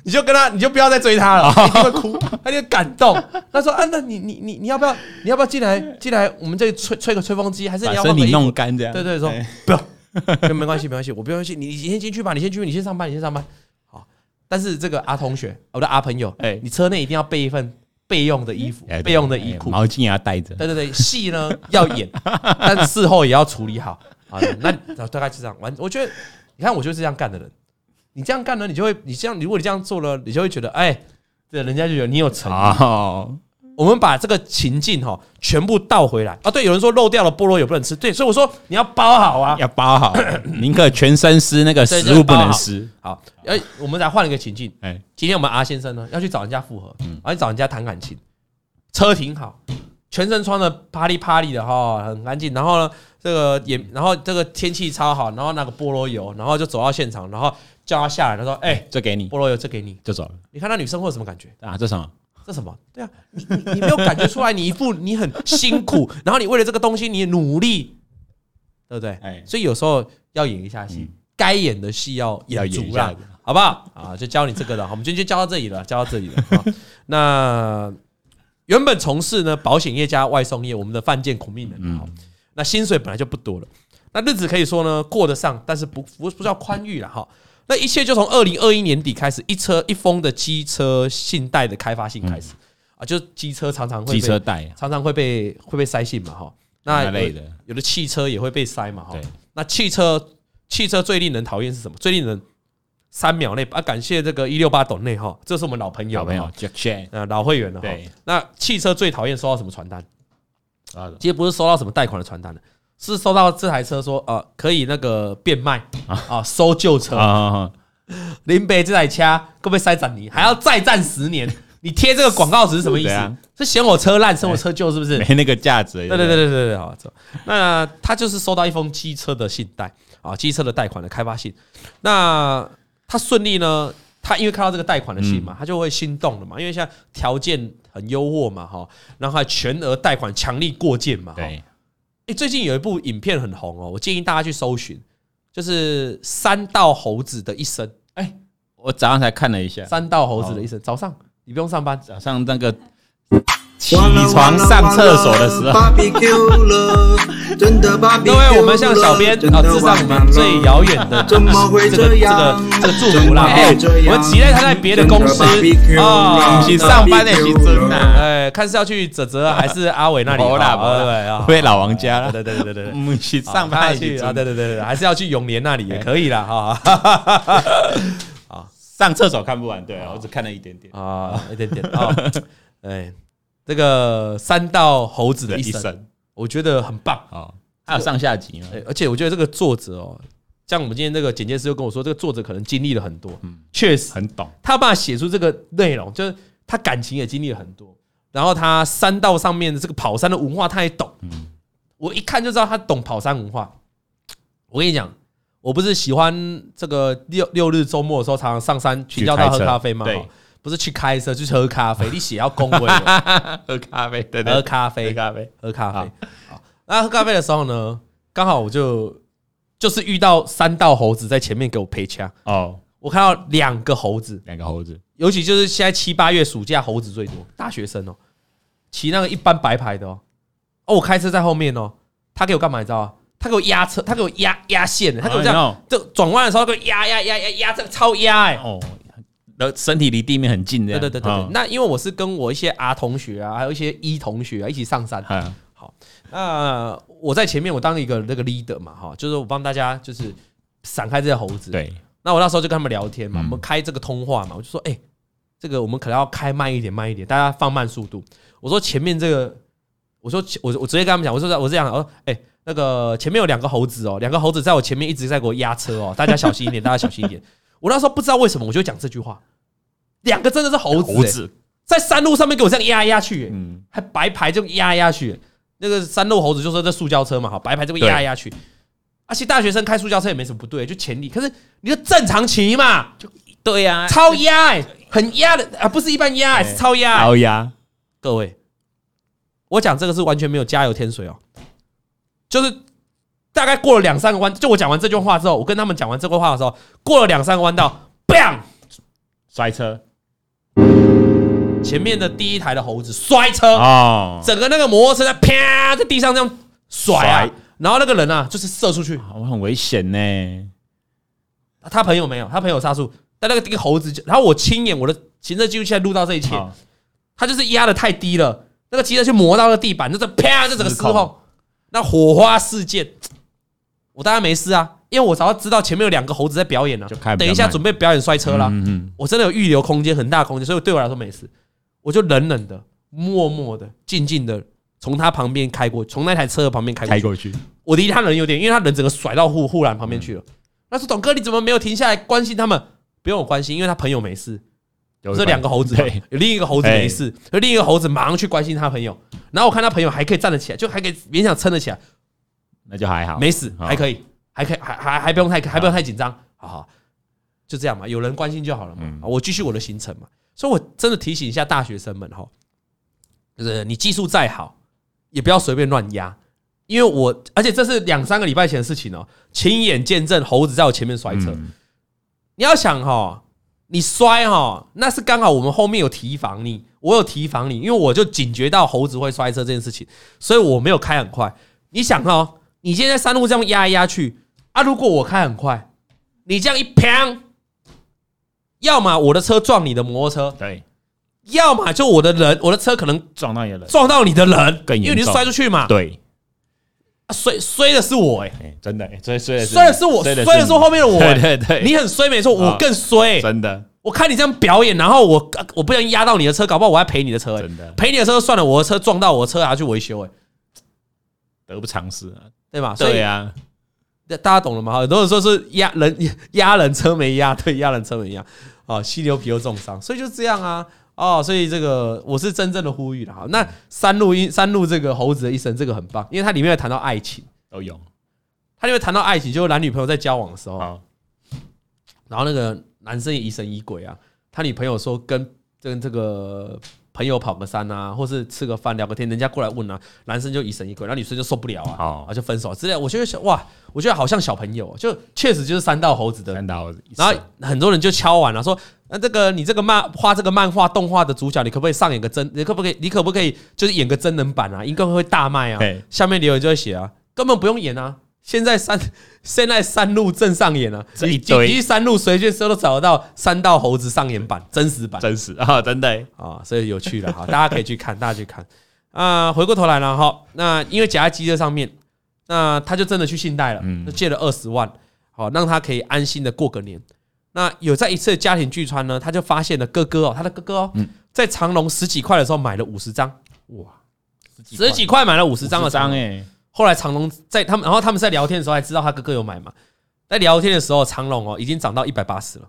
A: 你就跟她，你就不要再追她 了，她一定会哭，她就感动。她说：“啊，那你你你你要不要你要不要进来进来？我们这里吹吹个吹风机，还是
B: 把
A: 你哎要
B: 身
A: 换个
B: 体
A: 衣服
B: 弄干这样。
A: 对对，说不要， 没关系，没关系，我不用去，你你先进去吧，你先进去，你先上班，你先上班。好，但是这个阿同学，我的阿朋友，哎
B: 哎，
A: 你车内一定要备一份备用的衣服
B: 哎，
A: 备用的衣裤。
B: 毛巾也要带着。
A: 对对对，戏呢 要演，但事后也要处理好。好的，那那大概是这样。完，我觉得你看，我就是这样干的人。你这样干呢，你就会，你这样，如果你这样做了，你就会觉得，哎，这人家就觉得你有诚意。
B: 哦，
A: 我们把这个情境哈、全部倒回来啊！对，有人说漏掉了菠萝也不能吃，对，所以我说你要包好啊，
B: 要包 好，宁可全身湿，那个食物不能湿。
A: 好，哎，我们再换一个情境。
B: 哎，
A: 今天我们阿先生呢要去找人家复合，而去找人家谈感情，车停好，全身穿的啪里啪里的哈，很干净。然后呢，这个也，然后这个天气超好，然后那个菠萝油，然后就走到现场，然后叫他下来，他说：“哎、
B: 这给你
A: 菠萝油，这给你。
B: 就走了”
A: 你看那女生会有什么感觉？
B: 啊？这什么？
A: 这什么？对啊，你你你没有感觉出来，你一副你很辛 苦，然后你为了这个东西你努力，对不对？
B: 哎，嗯
A: 所以有时候要演一下戏，该演的戏要
B: 要
A: 演
B: 演
A: 足
B: 一
A: 啦
B: 下，
A: 好不好？啊，就教你这个了。好我们今天就教到这里了，教到这里了。 好那原本从事呢保险业加外送业，我们的犯贱苦命
B: 嗯
A: 人，好，那薪水本来就不多了，那日子可以说呢过得上，但是不不不叫宽裕了哈。那一切就从二零二一年底开始，一车一封的机车信贷的开发信开始、啊，就是机车常常会
B: 嗯机
A: 被
B: 车带
A: 常常会被会被塞信嘛哈。那
B: 那类的，
A: 有的汽车也会被塞嘛哈
B: 对。
A: 那汽车汽车最令人讨厌是什么？最令人三秒内啊！感谢这个一六八懂内哈，这是我们老朋友
B: 小
A: 了
B: 朋友
A: 哈
B: Jack Chan
A: 呃老会员了哈
B: 对。
A: 那汽车最讨厌收到什么传单？
B: 啊，
A: 其实不是收到什么贷款的传单了。是收到这台车说，呃，可以那个变卖啊，收旧车，
B: 啊，
A: 林北这台车会不会塞展泥，还要再战十 年？你贴这个广告词是什么意
B: 是
A: 思
B: 怎样？
A: 是嫌我车烂，嫌我车旧是不是？
B: 啊哎没那个价值。
A: 对对对对对对，好，走。那他就是收到一封机车的信贷啊，机车的贷款的开发信。那他顺利呢？他因为看到这个贷款的信嘛，
B: 嗯
A: 他就会心动了嘛，因为现在条件很优渥嘛，哈，然后还全额贷款强力过件嘛，哈。
B: 对，
A: 哎，最近有一部影片很红哦，我建议大家去搜寻，就是三道猴子的一生，
B: 我早上才看了一下，
A: 三道猴子的一生。早上你不用上班，
B: 早上那个起床上厕所的时候，
C: ，barbecue 了，真的 barbecue
A: 各位，我们向小编啊致上我们最遥远的
C: 怎么会
A: 这个
C: 这
A: 这
C: 样
A: 个这个祝福啦！
C: 怎么
A: 哦
C: 会这
A: 我
C: 样
A: 们期待他在别的公司啊
B: 不，是上班的时阵啊，
A: 哎，看是要去泽泽还是阿伟那里？
B: 没啦
A: 哦
B: 没啦
A: 对啊，
B: 回老王家了。
A: 对对对对对对。
B: 嗯，去上
A: 啊
B: 班
A: 去
B: 去
A: 啊，
B: 啊，
A: 对
B: 对，
A: 对对对，还是要去永联那里也可以啦，哈
B: 上厕所看不完，对我只看了一点点。
A: 啊，一点点啊，哎，这个三道猴子的一生，我觉得很棒，
B: 哦，还有上下集吗？
A: 哎而且我觉得这个作者哦，像我们今天这个简介师又跟我说，这个作者可能经历了很多，
B: 嗯
A: 确实
B: 很懂，
A: 他爸写出这个内容，就是他感情也经历了很多，然后他山道上面的这个跑山的文化他也懂，
B: 嗯
A: 我一看就知道他懂跑山文化。我跟你讲，我不是喜欢这个六六日周末的时候常常上山去
B: 去
A: 教他
B: 开
A: 喝
B: 车
A: 咖啡吗？
B: 对
A: 哦不是去开车，去喝 咖啡。你写要恭维我，
B: 喝咖啡，对
A: 喝
B: 对，
A: 咖啡
B: 喝，咖啡，
A: 喝咖啡。好那喝咖啡的时候呢，刚好我就就是遇到三道猴子在前面给我陪掐，
B: 哦，
A: 我看到两个猴子，
B: 两个猴子，
A: 尤其就是现在七八月暑假猴子最多，大学生哦，骑那个一般白牌的哦，哦，我开车在后面哦，他给我干嘛你知道吗？他给我压车，他给我压压线的，他给我这
B: 哎
A: 样，就转弯的时候他给我压压压压压这个超压哎、
B: 哦，然后身体离地面很近的，
A: 对对对对对
B: 哦，
A: 那因为我是跟我一些 R 同学啊，还有一些一、同学啊一起上山，
B: 哈
A: 那我在前面，我当一个那个 leader 嘛，哈，就是我帮大家就是闪开这些猴子。，
B: 对，
A: 那我那时候就跟他们聊天嘛，
B: 嗯
A: 我们开这个通话嘛，我就说，哎、这个我们可能要开慢一点，慢一点，大家放慢速度。我说前面这个，我说我我直接跟他们讲，我说我这样，我说，哎、那个前面有两个猴子哦，两个猴子在我前面一直在给我压车哦，大家小心 一点，大家小心一点。我那时候不知道为什么，我就讲这句话，两个真的是猴子、
B: 猴
A: 哎
B: 子，
A: 在山路上面给我这样压来压去、哎
B: 嗯，
A: 还白牌就压来压去。那个山路猴子就说这塑胶车嘛，好，白牌就被压来压去。而且大学生开塑胶车也没什么不对，就前力。可是你就正常骑嘛，
B: 对呀，
A: 超压哎、很压的啊，不是一般压、哎，
B: 对
A: 是超压、哎
B: 高压，
A: 各位，我讲这个是完全没有加油添水哦，就是大概过了两三个弯，就我讲完这句话之后，我跟他们讲完这句话的时候，过了两三个弯道，bang，
B: 摔车
A: 前面的第一台的猴子摔车
B: 哦，
A: 整个那个摩托车在啪在地上这样甩啊
B: 甩，
A: 然后那个人啊就是射出去，
B: 我哦很危险呢，
A: 他朋友没有，他朋友刹住，但那个那个猴子就，然后我亲眼我的行车记录器在录到这一切，
B: 好
A: 他就是压的太低了，那个骑车去磨到那个地板，就是啪就整个失
B: 失
A: 控
B: 控，
A: 那火花事件，我当然没事啊，因为我早要知道前面有两个猴子在表演了、
B: 就开
A: 啊，
B: 比较
A: 等一下
B: 慢
A: 准备表演摔车啦，
B: 嗯嗯，
A: 我真的有预留空间很大的空间，所以对我来说没事，我就冷冷的、默默的、静静的从他旁边开过，从那台车的旁边开过
B: 开
A: 去。
B: 过去，
A: 我离他人有点，因为他人整个甩到护护栏旁边去
B: 嗯
A: 了。那说董哥，你怎么没有停下来关心他们？不用我关心，因为他朋友没事，
B: 有
A: 这两个猴子嘛
B: 对，哎
A: 有另一个猴子没事，有另一个猴子马上去关心他朋友。然后我看他朋友还可以站得起来，就还可以勉强撑得起来，
B: 那就还好，
A: 没死，
B: 好
A: 还可以，还可以，还还还不用太还不用太紧张，好好，就这样嘛，有人关心就好了嘛，
B: 嗯
A: 啊我继续我的行程嘛。所以我真的提醒一下大学生们哈，就是你技术再好，也不要随便乱压，因为我而且这是两三个礼拜前的事情哦，亲眼见证猴子在我前面摔车。
B: 嗯
A: 你要想哈，你摔哈，那是刚好我们后面有提防你，我有提防你，因为我就警觉到猴子会摔车这件事情，所以我没有开很快。你想哦，你现在山路这样压来压去啊，如果我开很快，你这样一砰，要么我的车撞你的摩托车，
B: 对，
A: 要么就我的人，我的车可能
B: 撞到你的人，
A: 撞到你的人，
B: 更严重
A: 因为你是摔出去嘛，
B: 对，
A: 啊摔摔的是我哎、
B: 哎，真的，哎摔摔的
A: 摔的是我，摔的是
B: 你
A: 后面的我、哎
B: 对对对，
A: 你很衰没错，我
B: 啊
A: 更衰、哎
B: 真的
A: 我看你这样表演，然后我我不小心压到你的车，搞不好我还赔你的车、欸
B: 真，的
A: 赔你的车就算了，我的车撞到我的车还要去维修、欸，
B: 得不偿失啊，
A: 对吧？所
B: 对
A: 以
B: 呀，
A: 大家懂了吗？很多人说是压人 压人车没压，对，压人车没压，啊，犀牛皮又重伤，所以就这样啊，哦，所以这个我是真正的呼吁了哈。那山路一山路这个猴子的一生，这个很棒，因为它里面有谈到爱情，
B: 都有，
A: 它里面谈到爱情，就是男女朋友在交往的时候，
B: 好，
A: 然后那个男生也疑神疑鬼啊，他女朋友说跟跟这个朋友跑个山啊，或是吃个饭聊个天，人家过来问啊，男生就疑神疑鬼，然后女生就受不了啊，
B: 哦
A: 啊就分手之类的。我觉得想哇，我觉得好像小朋友哦，就确实就是三道猴子的。
B: 三刀，
A: 然后很多人就敲碗了、啊说那这个你这个漫画这个漫画动画的主角，你可不可以上演个真？你可不可以？你可不可以就是演个真人版啊？应该会大卖啊
B: 嘿！
A: 下面留言就会写啊，根本不用演啊！现在三现在三路正上演啊，
B: 这一
A: 你你
B: 堆
A: 你去三路随便搜都找得到三道猴子上演版真实版
B: 真实啊，真的，
A: 啊，所以有趣了哈，大家可以去看，大家去看。啊、回过头来了哈，那因为夹在机车上面，那他就真的去信贷了，
B: 嗯
A: 就借了二十万，好让他可以安心的过个年。那有在一次的家庭聚餐呢，他就发现了哥哥哦，他的哥哥哦，在长隆十几块的时候买了五十张，
B: 哇，
A: 十几块买了五十张的
B: 张
A: 长隆。
B: 哎，
A: 后来长隆在他们，然后他们在聊天的时候还知道他哥哥有买嘛，在聊天的时候，长隆哦已经涨到一百八十了，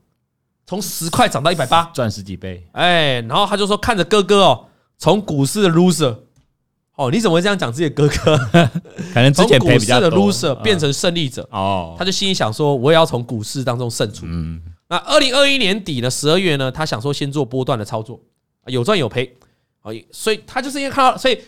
A: 从十块涨到一百八，
B: 赚十几倍，
A: 哎，然后他就说看着哥哥哦，从股市的 loser，哦，你怎么会这样讲自己的哥哥？
B: 可 能之
A: 从
B: 前
A: 股
B: 赔
A: 市
B: 比较
A: 的
B: 多
A: loser 变
B: 嗯
A: 成胜利者，
B: 哦，
A: 他就心里想说，我也要从股市当中胜出。
B: 嗯，
A: 那二零二一年底呢，十二月呢，他想说哦先做波段的操作，啊有赚有赔，啊，所以他就是因为看到，所以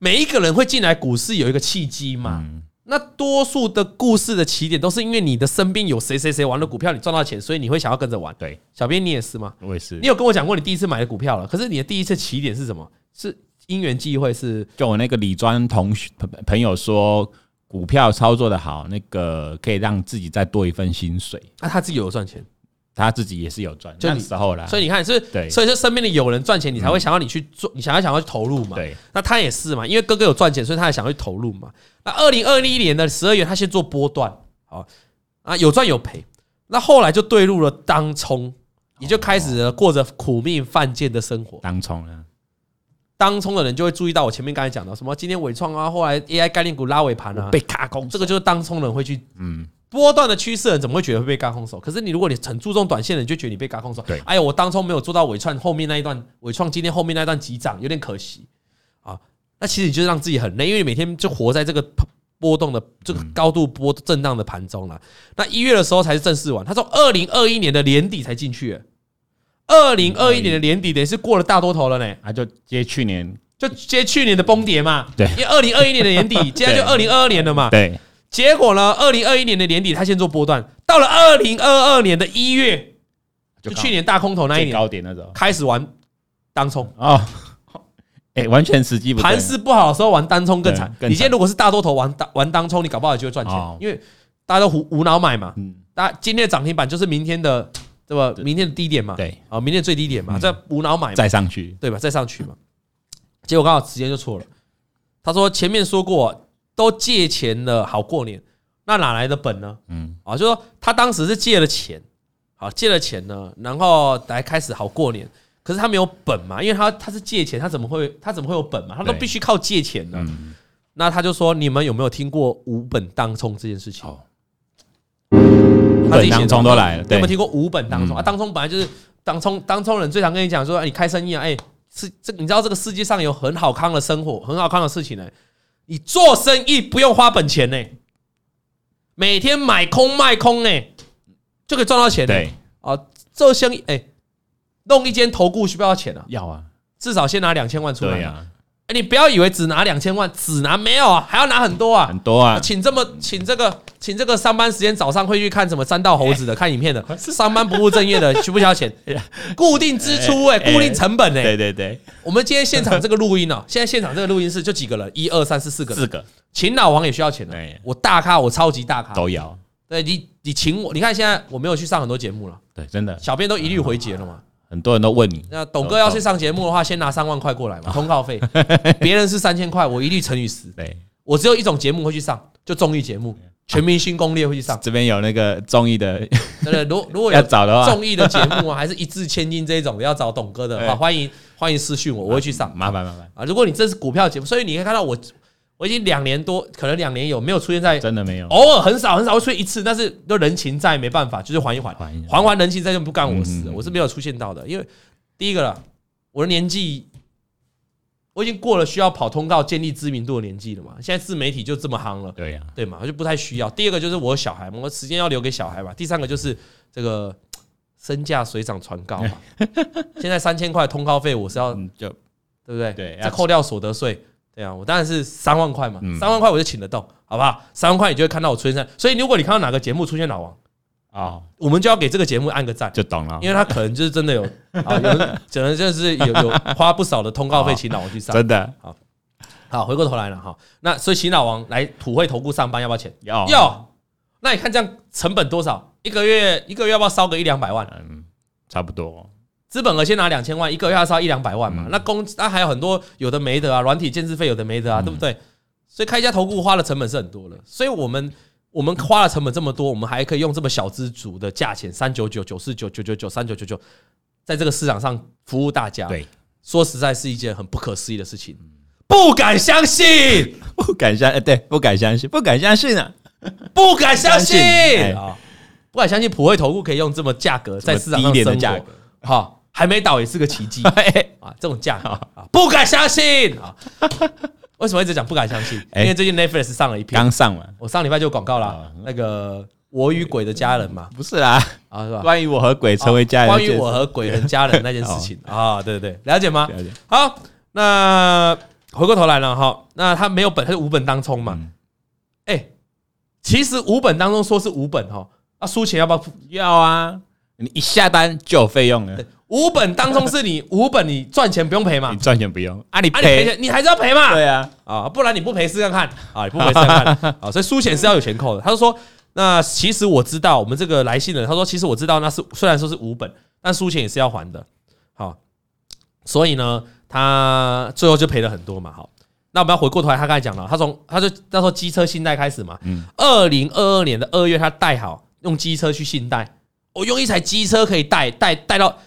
A: 每一个人会进来股市有一个契机嘛。
B: 嗯
A: 那多数的故事的起点都是因为你的身边有谁谁谁玩了股票，你赚到钱，所以你会想要跟着玩。
B: 对，
A: 小编你也是吗？
B: 我也是
A: 你。有跟我讲过你第一次买的股票了，可是你的第一次起点是什么？是因缘际会是
B: 就我那个理专同学朋朋友说，股票操作的好，那个可以让自己再多一份薪水，
A: 啊，他自己有赚钱，
B: 他自己也是有赚，
A: 就
B: 那
A: 你
B: 时候啦。
A: 所以你看是，
B: 啊对嗯
A: 所以就身边的有人赚钱，你才会想要你去做，你想要想要去投入嘛。
B: 对，
A: 那他也是嘛，因为哥哥有赚钱，所以他也想要去投入嘛。那二零二一年的十二月，他先做波段，好啊，有赚有赔。那后来就对入了当冲，也就开始了过着苦命犯贱的生活。
B: 当冲啊，
A: 当冲的人就会注意到我前面刚才讲的，什么今天伟创啊，后来 AI 概念股拉尾盘啊，
B: 被卡空，
A: 这个就是当冲人会去
B: 嗯，
A: 波段的趋势人怎么会觉得会被嘎空手？可是你如果你很注重短线的，你就觉得你被嘎空手。
B: 对
A: 哎呀，我当初没有做到尾创后面那一段，尾创今天后面那一段急涨，有点可惜啊。那其实你就是让自己很累，因为你每天就活在这个波动的这个高度波震荡的盘中了。那一月的时候才是正式完，他从二零二一年的年底才进去，二零二一年的年底等于是过了大多头了呢。
B: 啊，就接去年
A: 就接去年的崩跌嘛，
B: 对
A: 因为二零二一年的年 底，接下来就二零二二年了嘛，
B: 对
A: 结果呢，二零二一年的年底，他先做波段，到了二零二二年的一月，就去年大空头那一
B: 最
A: 年
B: 高点那时候
A: 开始玩当冲，
B: 哦， 哎，完全时机不对
A: 盘势不好的时候玩单冲更惨
B: 对。更惨
A: 你今天如果是大多头玩当玩当冲，你搞不好也就会赚
B: 哦
A: 钱，因为大家都无无脑买嘛。
B: 嗯，
A: 大家今天的涨停板就是明天的对吧？明天的低点嘛，
B: 对，
A: 啊，明天的最低点嘛，
B: 嗯
A: 这无脑买嘛，
B: 再上去，
A: 对吧？再上去嘛。结果刚好时间就错了。他说前面说过都借钱了，好过年，那哪来的本呢？
B: 嗯，
A: 啊，就说他当时是借了钱，好借了钱呢，然后来开始好过年。可是他没有本嘛，因为他他是借钱，他怎么会他怎么会有本嘛？他都
B: 对
A: 必须靠借钱的。
B: 嗯
A: 那他就说，你们有没有听过无本当冲这件事情？
B: 哦
A: 他自己写的
B: 无本当冲都来了
A: 你有没有
B: 对
A: 听过无本当冲
B: 嗯
A: 啊？当冲本来就是当冲，当冲人最常跟你讲说，哎你开生意啊，哎，是这你知道这个世界上有很好康的生活，很好康的事情呢、你做生意不用花本钱呢、每天买空卖空呢、就可以赚到钱、呢。
B: 对，
A: 啊，做生意哎、弄一间投顾需不需要钱啊？
B: 要啊，
A: 至少先拿两千万出来。
B: 对啊，
A: 哎你不要以为只拿两千万，只拿没有啊，还要拿很多啊
B: 很。多啊，
A: 请这么请这个请这个上班时间早上会去看什么三道猴 子的、看影片的，上班不务正业的需不需要钱？固定支出哎、
B: 哎
A: 固定成本哎、
B: 对对对，
A: 我们今天现场这个录音啊，现在现场这个录音室就几个人，一二三四四个人
B: 四。个
A: 请老王也需要钱的
B: 哎，
A: 我大咖，我超级大咖。
B: 都要，
A: 对你，你请我，你看现在我没有去上很多节目了，
B: 对，真的，
A: 小编都一律回绝了嘛。
B: 很多人都问你，
A: 那董哥要去上节目的话，先拿三万块过来嘛，通告 费。别人是三千块，我一律乘以十。
B: 对，
A: 我只有一种节目会去上，就综艺节目，《全明星攻略》会去 上。
B: 这边有那个综艺的
A: 对对，如如果有
B: 要找的话，
A: 综艺的节目啊，还是一掷千金这一种，要找董哥的
B: 对
A: 话，欢迎欢迎私讯我，我会去上
B: 麻烦麻烦，
A: 啊。如果你这是股票节目，所以你可以看到我，我已经两年多，可能两年有没有出现在，
B: 真的没有，
A: 偶尔很少很少会出现一次，但是就人情债没办法，就是还一还，
B: 还一还
A: 还完人情债就不干我事了，
B: 嗯
A: 我是没有出现到的，因为第一个了，我的年纪。我已经过了需要跑通告建立知名度的年纪了嘛，现在自媒体就这么夯了，
B: 对呀，
A: 对嘛，就不太需要。第二个就是我有小孩嘛，我时间要留给小孩嘛。第三个就是这个身价水涨船高 嘛。现在三千块通告费我是要，
B: 嗯，就
A: 对不对？
B: 对
A: 再扣掉所得税，对啊，我当然是三万块嘛，
B: 嗯
A: 三万块我就请得动，好不好？三万块你就会看到我出现在。所以如果你看到哪个节目出现老王，
B: 哦，
A: 我们就要给这个节目按个赞。
B: 就懂了
A: 因，为他可能就是真的有啊，有人可能就是有有花不少的通告费请老王去上。
B: 真的
A: 好，回过头来了哈，那所以请老王来普惠投顾上班要不要钱？
B: 要，
A: 要，那你看这样成本多少？一个月一个月要不要烧个一两百万？啊
B: 嗯，差不多，
A: 资本额先拿两千万，一个月要烧一两百万嘛？那工那还有很多有的没的啊，软体建制费有的没的啊，对不对？所以开一家投顾花的成本是很多的，所以我们我们花的成本这么多，我们还可以用这么小资族的价钱三九九九四九九九九三九九九，在这个市场上服务大家，
B: 对，
A: 说实在是一件很不可思议的事情，不敢相信。
B: 不敢相，哎对，不敢相信，不敢相信啊，
A: 不敢相信
B: 相信哎
A: 啊！不敢相信普惠投顾可以用这么价格在市场上
B: 低廉的
A: 生
B: 价
A: 活
B: 格，
A: 哈，还没倒也是个奇迹
B: 哎
A: 啊！这种价格啊，不敢相信啊！为什么一直讲不敢相信？因
B: 哎
A: 为最近 Netflix 上了一篇
B: 刚，上完，
A: 我上礼拜就有广告啦
B: 啊，
A: 那个《我与鬼的家人》嘛，
B: 不是啦，
A: 啊是吧？
B: 关于我和鬼成为家人，
A: 关于我和鬼人家人那件事情哦啊，对对，对了解吗
B: 了解？
A: 好，那回过头来了哈，那他没有本，他是无本当冲嘛。哎、其实无本当中说是无本哈，啊，输钱要不要付？
B: 要啊，你一下单就有费用了，
A: 无本当中是你无本，你赚钱不用赔嘛
B: 你。赚钱不用啊，你
A: 啊，你赔
B: 赔
A: 钱你还是要赔嘛。
B: 对啊，
A: 啊，不然你不赔试看看啊，你不赔试看看啊，所以输钱是要有钱扣的。他就说，那其实我知道我们这个来信的人，他说其实我知道那是虽然说是无本，但输钱也是要还的。好，所以呢，他最后就赔了很多嘛。好，那我们要回过头来，他刚才讲了，他从他就那时候机车信贷开始嘛，二零二二年的二月，他贷好用机车去信贷，我、用一台机车可以贷贷贷到。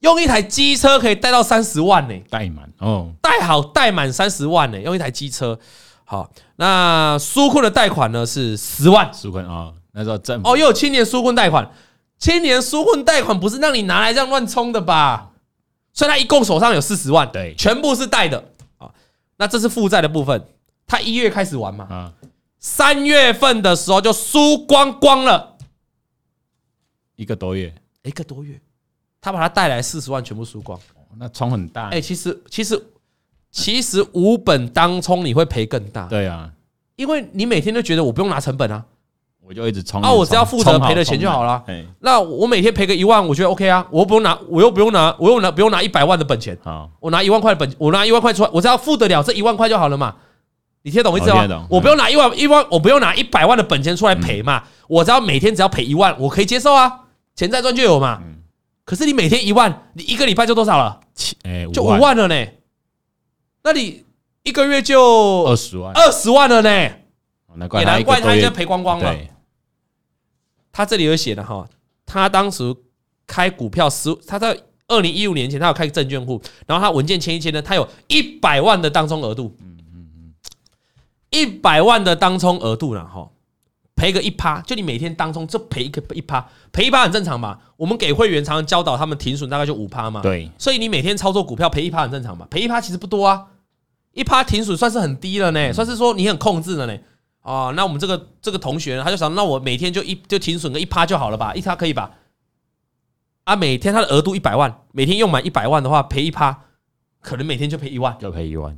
A: 用一台机车可以贷到三十万呢、
B: 怠慢哦，
A: 贷好贷满三十万呢、用一台机车。好，那纾困的贷款呢是十万
B: 纾困哦，那时候政府
A: 哦，又有青年纾困贷款。青年纾困贷款不是让你拿来这样乱充的吧？所以他一共手上有四十万，
B: 对
A: 全部是贷的啊。那这是负债的部分，他一月开始玩嘛，
B: 啊，
A: 三月份的时候就输光光了，
B: 一个多月，
A: 一个多月，他把他带来四十万全部输光。
B: 哦那冲很大
A: 哎、，其实其实其实无本当冲你会赔更大，
B: 对啊，
A: 因为你每天都觉得我不用拿成本啊，
B: 我就一直冲
A: 啊我只要负责赔的钱就好了
B: 哎，
A: 那我每天赔个一万，我觉得 OK 啊，我又不用拿，我又不用拿，我又拿不用拿一百万的本钱，
B: 好，
A: 我拿一万块的本，我拿一万块出来，我只要付得了这一万块就好了嘛。你听得懂我意思
B: 哦我听得
A: 吗
B: 懂？嗯
A: 我不用拿一万一万，我不用拿一百万的本钱出来赔嘛，我只要每天只要赔一万，我可以接受啊，钱再赚就有嘛。
B: 嗯
A: 可是你每天一万，你一个礼拜就多少了？
B: 七哎，
A: 就五万了呢。那你一个月就
B: 二十万，
A: 二十万了呢，
B: 哦
A: 也
B: 难怪
A: 难
B: 一
A: 怪
B: 个
A: 他
B: 多
A: 已经
B: 月
A: 赔光光了。
B: 对，
A: 他这里有写的哈，他当时开股票十，他在二零一五年前他有开证券户，然后他文件签一签呢，他有一百万的当冲额度，嗯嗯嗯，一百万的当冲额度了哈，赔个一趴，就你每天当冲就赔一个一趴，赔一趴很正常吧？我们给会员常常教导他们停损大概就五趴嘛，，
B: 对，
A: 所以你每天操作股票赔一趴很正常吧？赔一趴其实不多啊，一趴停损算是很低了
B: 嗯
A: 呢，算是说你很控制了呢。啊，那我们这个这个同学呢他就想，那我每天就一就停损个一趴就好了吧？一趴可以吧？啊，每天他的额度一百万，每天用满一百万的话，赔一趴，可能每天就赔一万，
B: 就赔一万，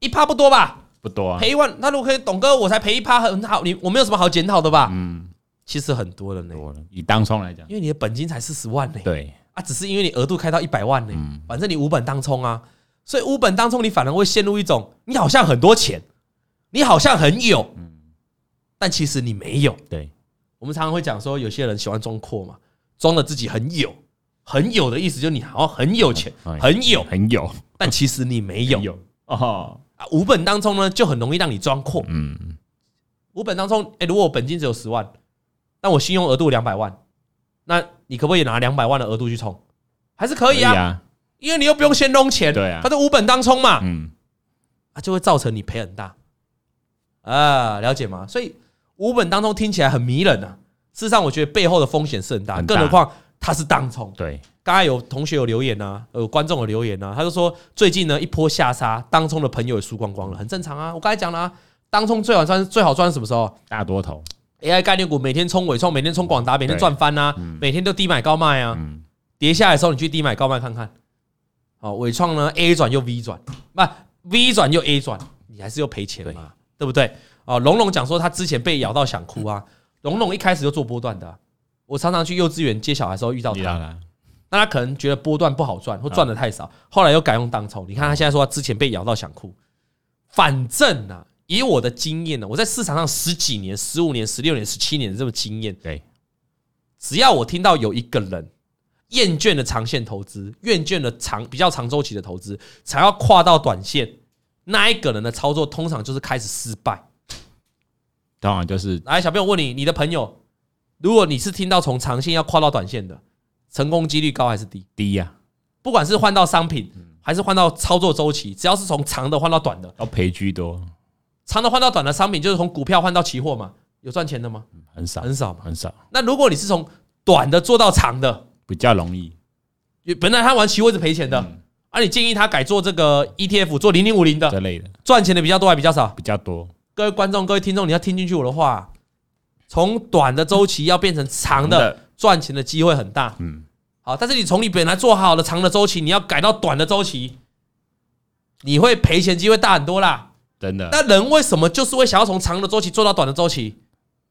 A: 一趴不多吧？
B: 不多啊，
A: 赔一万，那如果可以，董哥我才赔一趴，很好，你我没有什么好检讨的吧？
B: 嗯，
A: 其实很多了呢，
B: 多了，以当冲来讲，
A: 因为你的本金才四十万呢。
B: 对，
A: 啊，只是因为你额度开到一百万呢、
B: 嗯
A: 反正你无本当冲啊，所以无本当冲你反而会陷入一种你好像很多钱，你好像很有，但其实你没有。
B: 对，
A: 我们常常会讲说，有些人喜欢装阔嘛，装了自己很有，很有的意思就是你好像很有钱，
B: 哎
A: 很有，
B: 很有，
A: 但其实你没嗯有。
B: 有哦，
A: 啊，无本当冲呢，就很容易让你装阔。
B: 嗯，
A: 无本当冲，哎、如果我本金只有十万，但我信用额度两百万，那你可不可以拿两百万的额度去冲？还是可以啊，
B: 啊，
A: 因为你又不用先弄钱，
B: 对啊
A: 他就无本当冲嘛，
B: 嗯，
A: 啊，就会造成你赔很大啊，了解吗？所以无本当冲听起来很迷人啊，事实上我觉得背后的风险是很大，
B: 很大
A: 更何况它是当冲。
B: 对，
A: 刚才有同学有留言呐、啊，有观众有留言呐、啊，他就说最近呢一波下杀，当冲的朋友也输光光了，很正常啊。我刚才讲了、啊，当冲最好赚最好赚是什么时候
B: 大多头，
A: ？AI 概念股每天冲伟创，每天冲广达，每天
B: 对
A: 赚翻呐、啊，每天都低买高卖啊。
B: 嗯，
A: 跌下来的时候，你去低买高卖看看。哦，伟创呢 A 转又 V 转，不 V 转又 A 转，你还是又赔钱嘛，对不对？哦，龙龙讲说他之前被咬到想哭啊，龙龙一开始就做波段的啊、我常常去幼稚园接小孩的时候遇到
B: 遇
A: 他，
B: 到了，
A: 那他可能觉得波段不好赚或赚的太少，后来又改用当冲。你看他现在说他之前被咬到想哭，反正啊，以我的经验呢、我在市场上十几年、十五年、十六年、十七年的这么经验，
B: 对，
A: 只要我听到有一个人厌倦了长线投资，厌倦了长比较长周期的投资，想要跨到短线，那一个人的操作通常就是开始失败。
B: 当然就是
A: 来，小朋友问你，你的朋友，如果你是听到从长线要跨到短线的，成功几率高还是低？
B: 低啊呀，
A: 不管是换到商品，还是换到操作周期，只要是从长的换到短的，
B: 要赔居多，
A: 长的换到短的商品，就是从股票换到期货嘛，有赚钱的吗？
B: 很少，
A: 很少嘛。
B: 很少，
A: 那如果你是从短的做到长的，
B: 比较容易，
A: 本来他玩期货是赔钱的，
B: 嗯
A: 啊，你建议他改做这个 ETF，做零零五零的，
B: 这类的
A: 赚钱的比较多还比较少？
B: 比较多，
A: 各位观众、各位听众，你要听进去我的话，从短的周期要变成长
B: 长
A: 的
B: 的，
A: 赚钱的机会很大。
B: 嗯，
A: 好，但是你从你本来做好的长的周期，你要改到短的周期，你会赔钱机会大很多啦。
B: 真的
A: 那人为什么就是会想要从长的周期做到短的周期？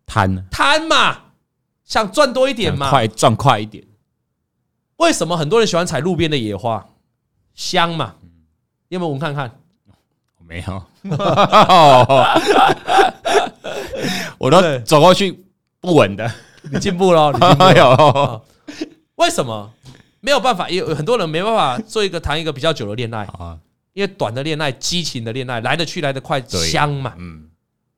B: 贪啊，
A: 贪嘛，想赚多一点
B: 想
A: 嘛。
B: 快赚快一点，
A: 为什么很多人喜欢采路边的野花？香嘛，
B: 嗯
A: 你有没有闻看看？
B: 没 有，我都
A: 对
B: 走过去不稳的，
A: 你进步了，你进步
B: 哎
A: 了。
B: 呦，
A: 为什么没有办法？也有很多人没办法做一个谈一个比较久的恋爱，
B: 啊，
A: 因为短的恋爱、激情的恋爱来得去、来得快，
B: 对
A: 香嘛，
B: 嗯，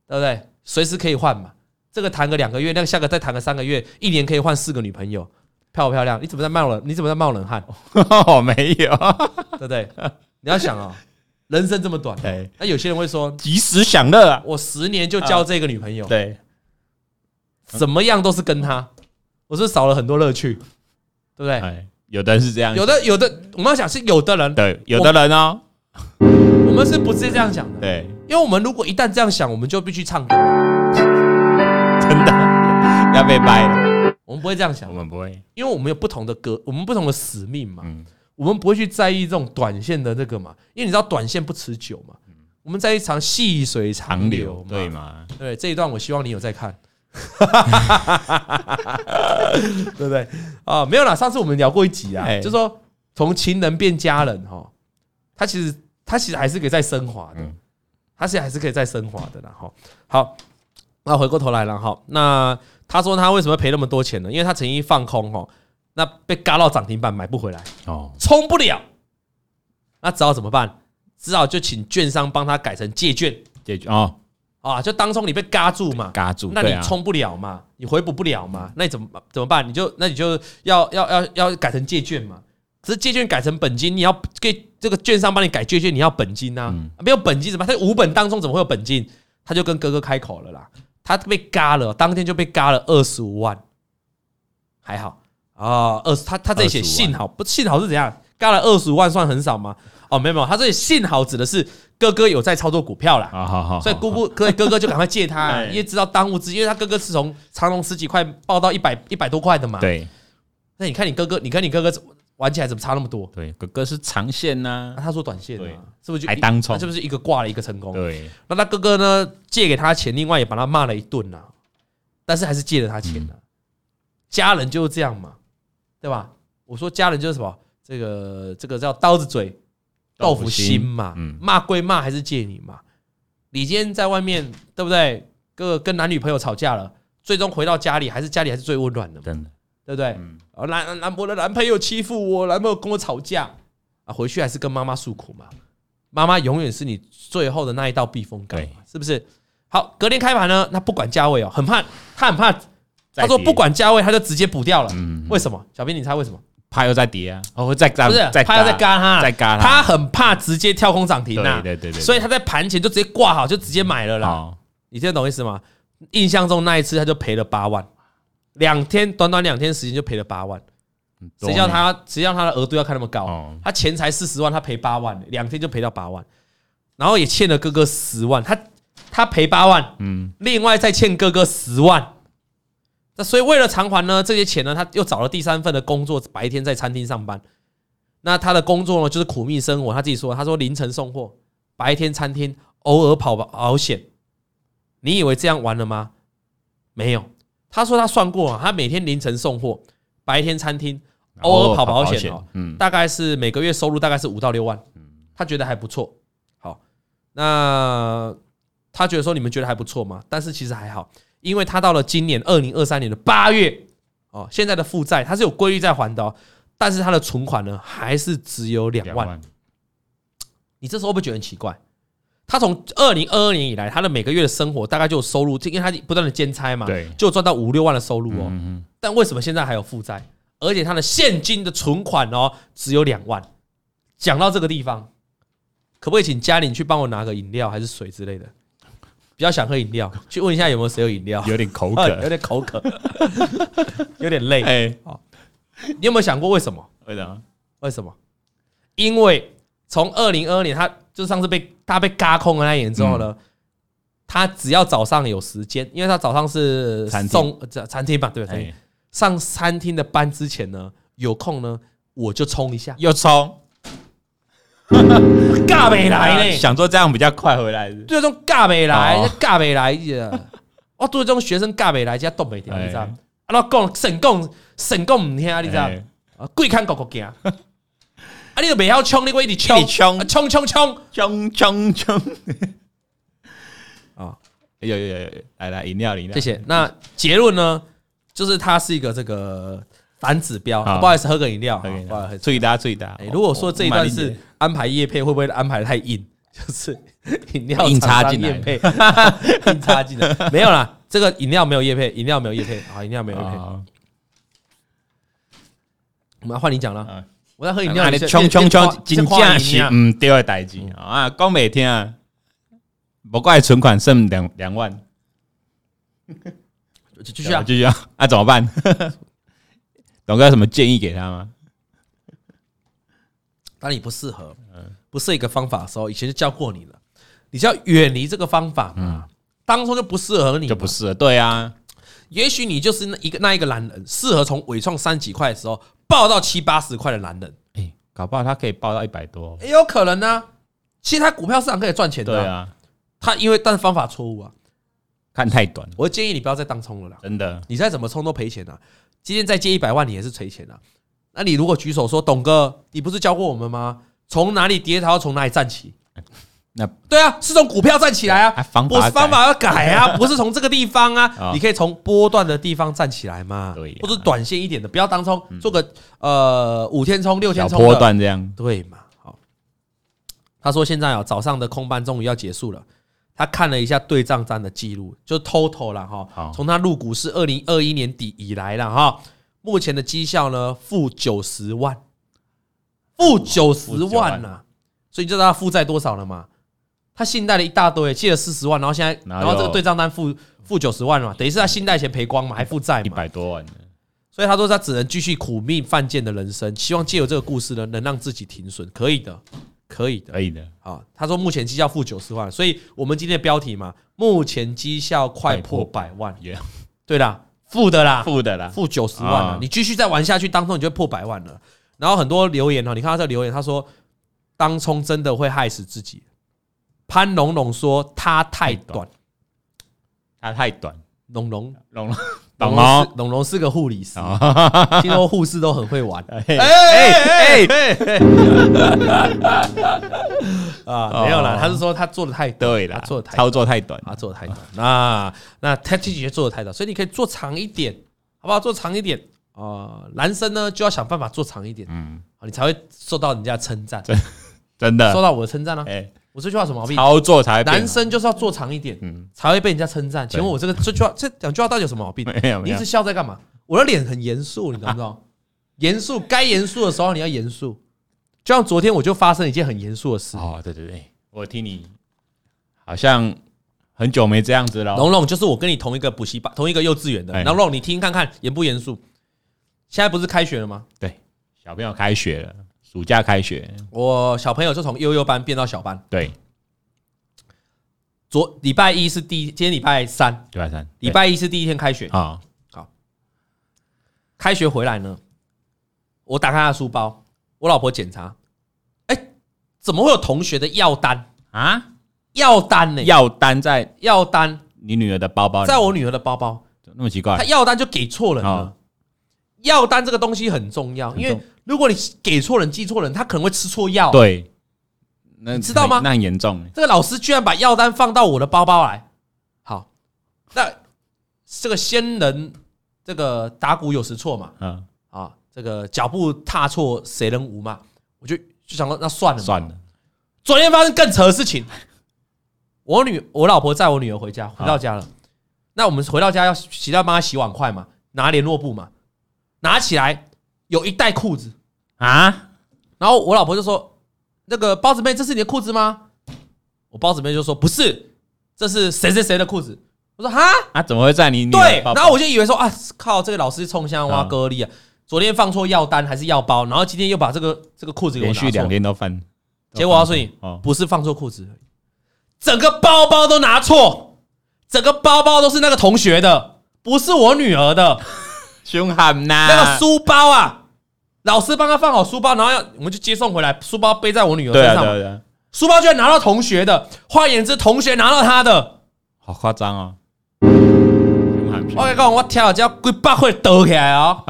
A: 对不对？随时可以换嘛。这个谈个两个月，那个下个再谈个三个月，一年可以换四个女朋友，漂不漂亮？你怎么在冒冷？你怎么在冒冷汗？
B: 我哦没有，
A: 对不对？ 你要想啊、人生这么短，
B: 对，
A: 那有些人会说，
B: 及时享乐啊，
A: 我十年就交这个女朋友，
B: 对，
A: 怎么样都是跟她，我是少了很多乐趣，对不对？
B: 哎，有的人是这样，
A: 有的有的，我们要想是有的人，
B: 对，有的人哦，
A: 我们是不是这样想的？
B: 对，
A: 因为我们如果一旦这样想，我们就必须唱歌，
B: 真的要被掰了，
A: 我们不会这样想
B: 我，们不会，
A: 因为我们有不同的歌，我们不同的使命嘛，
B: 嗯，
A: 我们不会去在意这种短线的那个嘛，因为你知道短线不持久嘛，我们在一场细水
B: 嗯长
A: 长流
B: 流
A: 嘛，
B: 对嘛，
A: 对这一段，我希望你有在看， 对不对？啊，没有啦，上次我们聊过一集啊，
B: 哎
A: 就说从情人变家人哈，他其实他其实还是可以再升华的
B: 嗯，
A: 他其实还是可以再升华的啦哈。好，那回过头来了哈，那他说他为什么赔那么多钱呢？因为他曾经放空哈，那被嘎到涨停板买不回来，
B: 哦，
A: 冲不了，那只好怎么办？只好就请券商帮他改成借券
B: 解决哦，
A: 啊，就当中你被嘎住嘛，
B: 嘎住，
A: 那
B: 对
A: 你
B: 啊
A: 冲不了嘛，你回补不了嘛，那你怎么怎么办？你就那你就要要要要改成借券嘛。只是借券改成本金，你要给这个券商帮你改借券，你要本金啊，
B: 嗯
A: 没有本金怎么办？他五本当中怎么会有本金？他就跟哥哥开口了啦，他被嘎了，当天就被嘎了二十五万，还好啊，二、十他他这里写
B: 25万
A: 幸好不幸好是怎样？嘎了二十五万算很少吗？哦，没有没有，他这里幸好指的是哥哥有在操作股票啦，
B: 好好好，
A: 所以姑姑哥哥哥就赶快借他、
B: 哦 哎
A: 因为知道当务之急，因为他哥哥是从长隆十几块报到一百一百多块的嘛。，
B: 对
A: 那你看你哥哥，你跟你哥哥玩起来怎么差那么多？
B: 对，哥哥是长线
A: 那
B: 呐，
A: 他说短线、
B: 对
A: 啊，是不是就
B: 还当冲
A: 那是不是一个挂了一个成功？
B: 对，
A: 那他哥哥呢借给他钱，另外也把他骂了一顿啊，但是还是借了他钱啊。家人就是这样嘛，对吧？我说家人就是什么，这个这个叫刀子嘴豆腐心嘛，
B: 嗯
A: 骂归骂，还是借你嘛。你今天在外面，对不对？跟跟男女朋友吵架了，最终回到家里，还是家里还是最温暖的嘛，
B: 真的，
A: 对不对？
B: 嗯，
A: 啊，男男我的男朋友欺负我，男朋友跟我吵架啊，回去还是跟妈妈诉苦嘛。妈妈永远是你最后的那一道避风港嘛，是不是？好，隔天开盘呢，那不管价位哦，很怕他很怕，他
B: 再
A: 说
B: 跌
A: 不管价位，他就直接补掉了。
B: 嗯，
A: 为什么？小编，你猜为什么？
B: 怕又再跌啊，哦，会再嘎，
A: 不是，
B: 再
A: 他要再嘎他，
B: 再嘎
A: 他很怕直接跳空涨停啊，
B: 对对对对对
A: 所以他在盘前就直接挂好，就直接买了啦。
B: 哦，
A: 你听得懂意思吗？印象中那一次他就赔了八万，两天短短两天时间就赔了八万，
B: 很多
A: 谁叫
B: 呢
A: 他谁叫他的额度要开那么高？
B: 哦
A: 他钱才四十万，他赔八万，两天就赔到八万，然后也欠了哥哥十万，他他赔八万，
B: 嗯，
A: 另外再欠哥哥十万。那所以为了偿还呢这些钱呢，他又找了第三份的工作，白天在餐厅上班。那他的工作呢，就是苦命生活。他自己说，他说凌晨送货，白天餐厅，偶尔跑保险。你以为这样玩了吗？没有，他说他算过、啊，他每天凌晨送货，白天餐厅，偶尔跑保险哦，
B: 嗯，
A: 大概是每个月收入大概是五到六万，他觉得还不错。好，那他觉得说你们觉得还不错吗？但是其实还好，因为他到了今年二零二三年的八月，哦，现在的负债他是有规律在还的、哦，但是他的存款呢还是只有两万。
B: 万，
A: 你这时候会不会觉得很奇怪？他从二零二二年以来，他的每个月的生活大概就有收入，因为他不断的兼差嘛，
B: 对
A: 就赚到五六万的收入哦。
B: 嗯嗯，
A: 但为什么现在还有负债？而且他的现金的存款哦，只有两万。讲到这个地方，可不可以请嘉玲去帮我拿个饮料还是水之类的？比较想喝饮料，去问一下有没有谁有饮料？
B: 有点口
A: 有
B: 渴，
A: 点口渴，有点累。
B: 哎，
A: 你有没有想过为什么？
B: 为什么？
A: 为什么？因为从二零二二年，他就上次被他被嘎空的那一年之后
B: 嗯
A: 呢，他只要早上有时间，因为他早上是
B: 餐厅
A: 送呃餐厅吧，对吧？餐厅
B: 哎，
A: 上餐厅的班之前呢，有空呢，我就冲一下，
B: 又冲，
A: 尬没来呢，
B: 想说这样比较快回来是不是。
A: 对这种尬没来
B: 哦，
A: 尬没来 的，我对这种学生尬没来，加动没掉，
B: 哎
A: 你知道？啊，我讲省讲省讲唔听，你知道
B: 哎？
A: 啊，鬼看狗狗惊，啊，你都未晓冲，你我一直冲，
B: 一直冲
A: 啊冲冲冲，
B: 冲冲冲！
A: 啊，
B: 有有有有，来来，饮料饮料，
A: 谢。谢。那结论呢？就是它是一个这个反指标，
B: 好
A: 啊不好意思，喝个饮料，
B: OK，
A: 啊不好意思。
B: 注意大家注意大
A: 哎，如果说这一段是安排叶配，会不会安排得太硬？就是饮料
B: 硬
A: 厂
B: 插
A: 商
B: 进来
A: 业配，硬插进来，没有啦，这个饮料没有叶配，饮料没有叶配啊，饮料没有叶配。我们要换你讲了
B: 啊，
A: 我在喝饮
B: 饮
A: 料
B: 料，你
A: 你先
B: 冲冲
A: 先
B: 冲，真正是唔对的代志啊！讲袂听，不怪存款剩两两万，
A: 继续啊，
B: 继续啊，那怎么办？董哥有什么建议给他吗？
A: 当你不适合，不是一个方法的时候，以前就教过你了，你就要远离这个方法嘛。当初就不适合你嘛，
B: 就不是了，对啊，
A: 也许你就是那一个那一个男人，适合从伟创三十几块的时候爆到七八十块的男人，
B: 哎，搞不好他可以报到一百多，
A: 也有可能啊呢、其实他股票市场可以赚钱
B: 对
A: 的啊、
B: 啊，
A: 他因为但是方法错误啊，
B: 看太短，
A: 我建议你不要再当冲了啦，
B: 真的，
A: 你再怎么冲都赔钱啊。今天再借一百万，你也是赔钱啊。那你如果举手说，董哥，你不是教过我们吗？从哪里跌倒，从哪里站起？
B: 那
A: 对啊，是从股票站起来啊，
B: 啊方法
A: 不是
B: 改
A: 方法要改 啊，不是从这个地方啊
B: 哦，
A: 你可以从波段的地方站起来嘛，
B: 对呀
A: 或者短线一点的，不要当冲，做个呃五天冲、六
B: 小
A: 天冲
B: 波
A: 的，
B: 段这样，
A: 对嘛？好，他说现在啊、早上的空班终于要结束了。他看了一下对账单的记录，就 total 了哈
B: 好。
A: 从他入股是二零二一年底以来了哈，目前的绩效呢负九十万，负九十
B: 负90
A: 万
B: 万
A: 呐、所以你知道他负债多少了嘛？他信贷了一大堆，借了四十万，然后现在，
B: 哪
A: 然
B: 有
A: 后这个对账单负负九十万嘛，等于是他信贷钱赔光嘛，还负债
B: 一
A: 嘛。
B: 百多万，
A: 所以他说他只能继续苦命犯贱的人生，希望借由这个故事呢，能让自己停损，可以的，可以的
B: 可以的，
A: 啊。他说目前绩效负九十万，所以我们今天的标题嘛，目前绩效快破百万，
B: 也
A: 对啦，负的啦，
B: 负的啦，
A: 负九十万了、
B: 啊
A: 你继续再玩下去，当中你就会破百万了。然后很多留言哦，你看到这留言，他说当冲真的会害死自己。潘龙龙说他太短，
B: 它太短，
A: 龙龙
B: 懂了，
A: 龙
B: 懂
A: 龙
B: 哦
A: 是。龙龙是个护理师，
B: 哦
A: 听说护士都很会玩。
B: 哎哎哎！
A: 啊，没有啦
B: 哦，
A: 他是说他做的太短
B: 对
A: 他
B: 啦，
A: 做的太
B: 操作太短，
A: 他做的太短，那啊那他自己也做的太短，所以你可以做长一点，好不好？做长一点啊、呃男生呢就要想办法做长一点，嗯，你才会受到人家称 赞，
B: 真
A: 受
B: 的。
A: 到我的称赞啊。
B: 啊哎，
A: 我这句话有什么毛病？
B: 操作才会变好
A: 男生就是要做长一点，
B: 嗯
A: 才会被人家称赞。请问我这个这句话这两句话到底有什么毛病？
B: 没有没
A: 你一
B: 有
A: 直，笑在干嘛？我的脸很严肃，你知不知道？ 严肃，该严肃的时候你要严肃。就像昨天我就发生了一件很严肃的事，
B: 哦，对对对，我听你好像很久没这样子了。
A: 龙龙就是我跟你同一个补习班、同一个幼稚园的。
B: 哎
A: 龙龙，你听看看严不严肃？现在不是开学了吗？
B: 对，小朋友开学了，暑假开学，
A: 我小朋友就从幼幼班变到小班。
B: 对，
A: 昨礼拜一是第一，今天礼拜三，
B: 礼拜三，
A: 礼拜一是第一天开学。
B: 啊，
A: 开学回来呢，我打开他的书包，我老婆检查，哎、怎么会有同学的药单？
B: 啊，
A: 药单呢、
B: 药哎单在
A: 药单
B: 你女儿的包包里，
A: 哎在我女儿的包包，
B: 那么奇怪
A: 她，药单就给错人了
B: 哦。
A: 药单这个东西很重要，
B: 重
A: 因为如果你给错人、记错人，他可能会吃错药。
B: 对，那
A: 你知道吗
B: 那很严重，
A: 这个老师居然把药单放到我的包包来。好，那这个先人这个打鼓有时错嘛，
B: 嗯，
A: 啊，这个脚步踏错谁人无嘛，我就就想说那算了嘛。
B: 算了，
A: 昨天发生更扯的事情，我女我老婆载我女儿回家，回到家了，那我们回到家要洗要帮她洗碗筷嘛，拿联络布嘛，拿起来有一袋裤子，
B: 啊，
A: 然后我老婆就说：“那个包子妹，这是你的裤子吗？”我包子妹就说：“不是，这是谁谁谁的裤子。”我说：“哈，
B: 啊，怎么会在你女儿
A: 对
B: 的。”包包？
A: 然后我就以为说：“啊，靠，这个老师冲向挖
B: 嗯
A: 割力啊！昨天放错药单还是药包，然后今天又把这个这个裤子给我
B: 连
A: 拿
B: 续两
A: 错。
B: 天都翻，
A: 结果我告诉你，
B: 哦，
A: 不是放错裤子而已，整个包包都拿错，整个包包都是那个同
B: 啊
A: 学的，不是我女儿的。”
B: 凶悍呐，
A: 那个书包啊，老师帮他放好书包，然后要我们就接送回来，书包背在我女儿
B: 对
A: 身
B: 啊，
A: 上嘛，
B: 对啊对啊，
A: 书包居然拿到同学的，换言之，同学拿到他的，
B: 好夸张哦！
A: 我跟你讲，我跳只要几百块抖起来哦，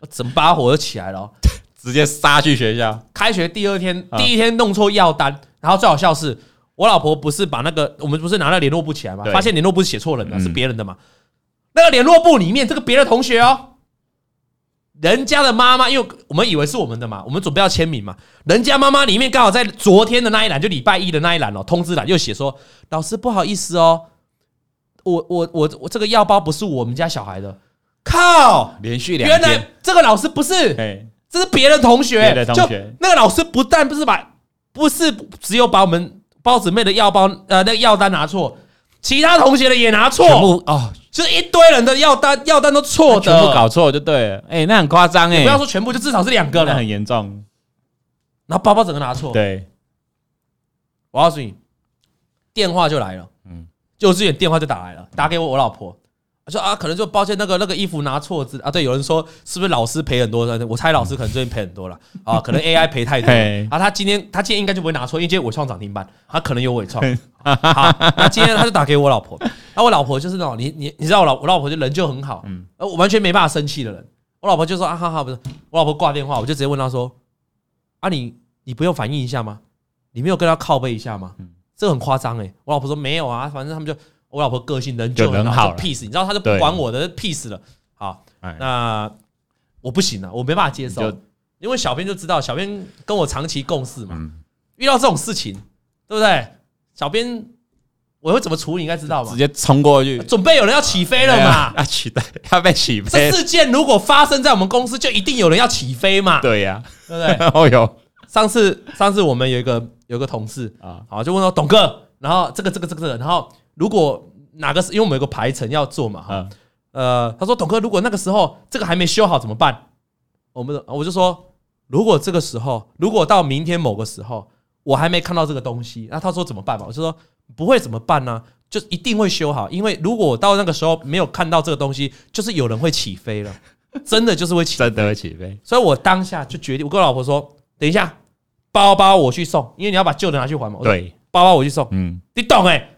A: 我整把火就起来了哦。
B: 直接杀去学校，
A: 开学第二天，
B: 啊
A: 第一天弄错药单，然后最好笑是我老婆不是把那个我们不是拿那联络簿起来嘛，
B: 对
A: 发现联络簿是写错人的，
B: 嗯
A: 是别人的嘛。那个联络簿里面这个别的同学哦，人家的妈妈，因为我们以为是我们的嘛，我们准备要签名嘛，人家妈妈里面刚好在昨天的那一栏，就礼拜一的那一栏哦，通知栏又写说，老师不好意思哦，我我我我这个药包不是我们家小孩的，靠，
B: 连续两
A: 原来
B: 天，
A: 这个老师不是，
B: 哎，
A: 这是别的同学，
B: 别的同学
A: 就那个老师不但不是把，不是只有把我们包子妹的药包呃那个药单拿错，其他同学的也拿
B: 全
A: 错，
B: 部哦，
A: 就是一堆人的药单药单都错
B: 全
A: 的，
B: 部搞错就对了，哎，那很夸张哎，
A: 不要说全部，就至少是两个
B: 那
A: 了
B: 很。严重，
A: 然后包包整个拿错，
B: 对，
A: 我告诉你，电话就来了，
B: 嗯
A: 幼稚园电话就打来了，打给我我老婆。她说啊，可能就抱歉，那个那个衣服拿错字啊。对，有人说是不是老师赔很多？我猜老师可能最近赔很 多了啊，可能 AI 赔太多了。
B: 嘿
A: 啊，他今天他今天应该就不会拿错，因为今天伟创涨停板，他可能有伟创。好，那今天他就打给我老婆，那我老婆就是那种你你你知道我老我老婆就人就很好，嗯
B: 嗯，
A: 我完全没办法生气的人。我老婆就说啊，好好，不是，我老婆挂电话，我就直接问她说，啊你你不用反应一下吗？你没有跟她靠背一下吗？
B: 嗯
A: 这很夸张哎。我老婆说没有啊，反正他们就我老婆个性人
B: 就
A: 就很
B: 人
A: 好
B: 好
A: 啊就
B: 了
A: ，peace，你知道她就不
B: 对
A: 管我的 peace 了。好，
B: 哎，
A: 那我不行了，啊我没办法接受
B: 你就，
A: 因为小编就知道，小编跟我长期共事嘛，
B: 嗯，
A: 遇到这种事情，对不对？小编我会怎么处理，你应该知道吧
B: 直？接冲过去，
A: 准备有人要起飞了嘛？
B: 要取代，要被取
A: 这
B: 代，
A: 事件如果发生在我们公司，就一定有人要起飞嘛，对
B: 对呀，
A: 不对？
B: 哦哟，
A: 上次上次我们有一个有一个同事啊
B: 啊，
A: 好就问到董哥，然后这个这个这个这个，然后如果哪个是因为我们有个排程要做嘛，哈
B: 嗯，
A: 呃，他说董哥，如果那个时候这个还没修好怎么办？我们的我就说，如果这个时候，如果到明天某个时候，我还没看到这个东西，那他说怎么办嘛？我就说不会怎么办呢、就一定会修好，因为如果我到那个时候没有看到这个东西，就是有人会起飞 了，真的就是会起飞
B: 真的会起飞，
A: 所以我当下就决定，我跟我老婆说，等一下，包包我去送，因为你要把旧的拿去还嘛。我说，
B: 对，
A: 包包我去送，
B: 嗯，
A: 你懂哎、欸、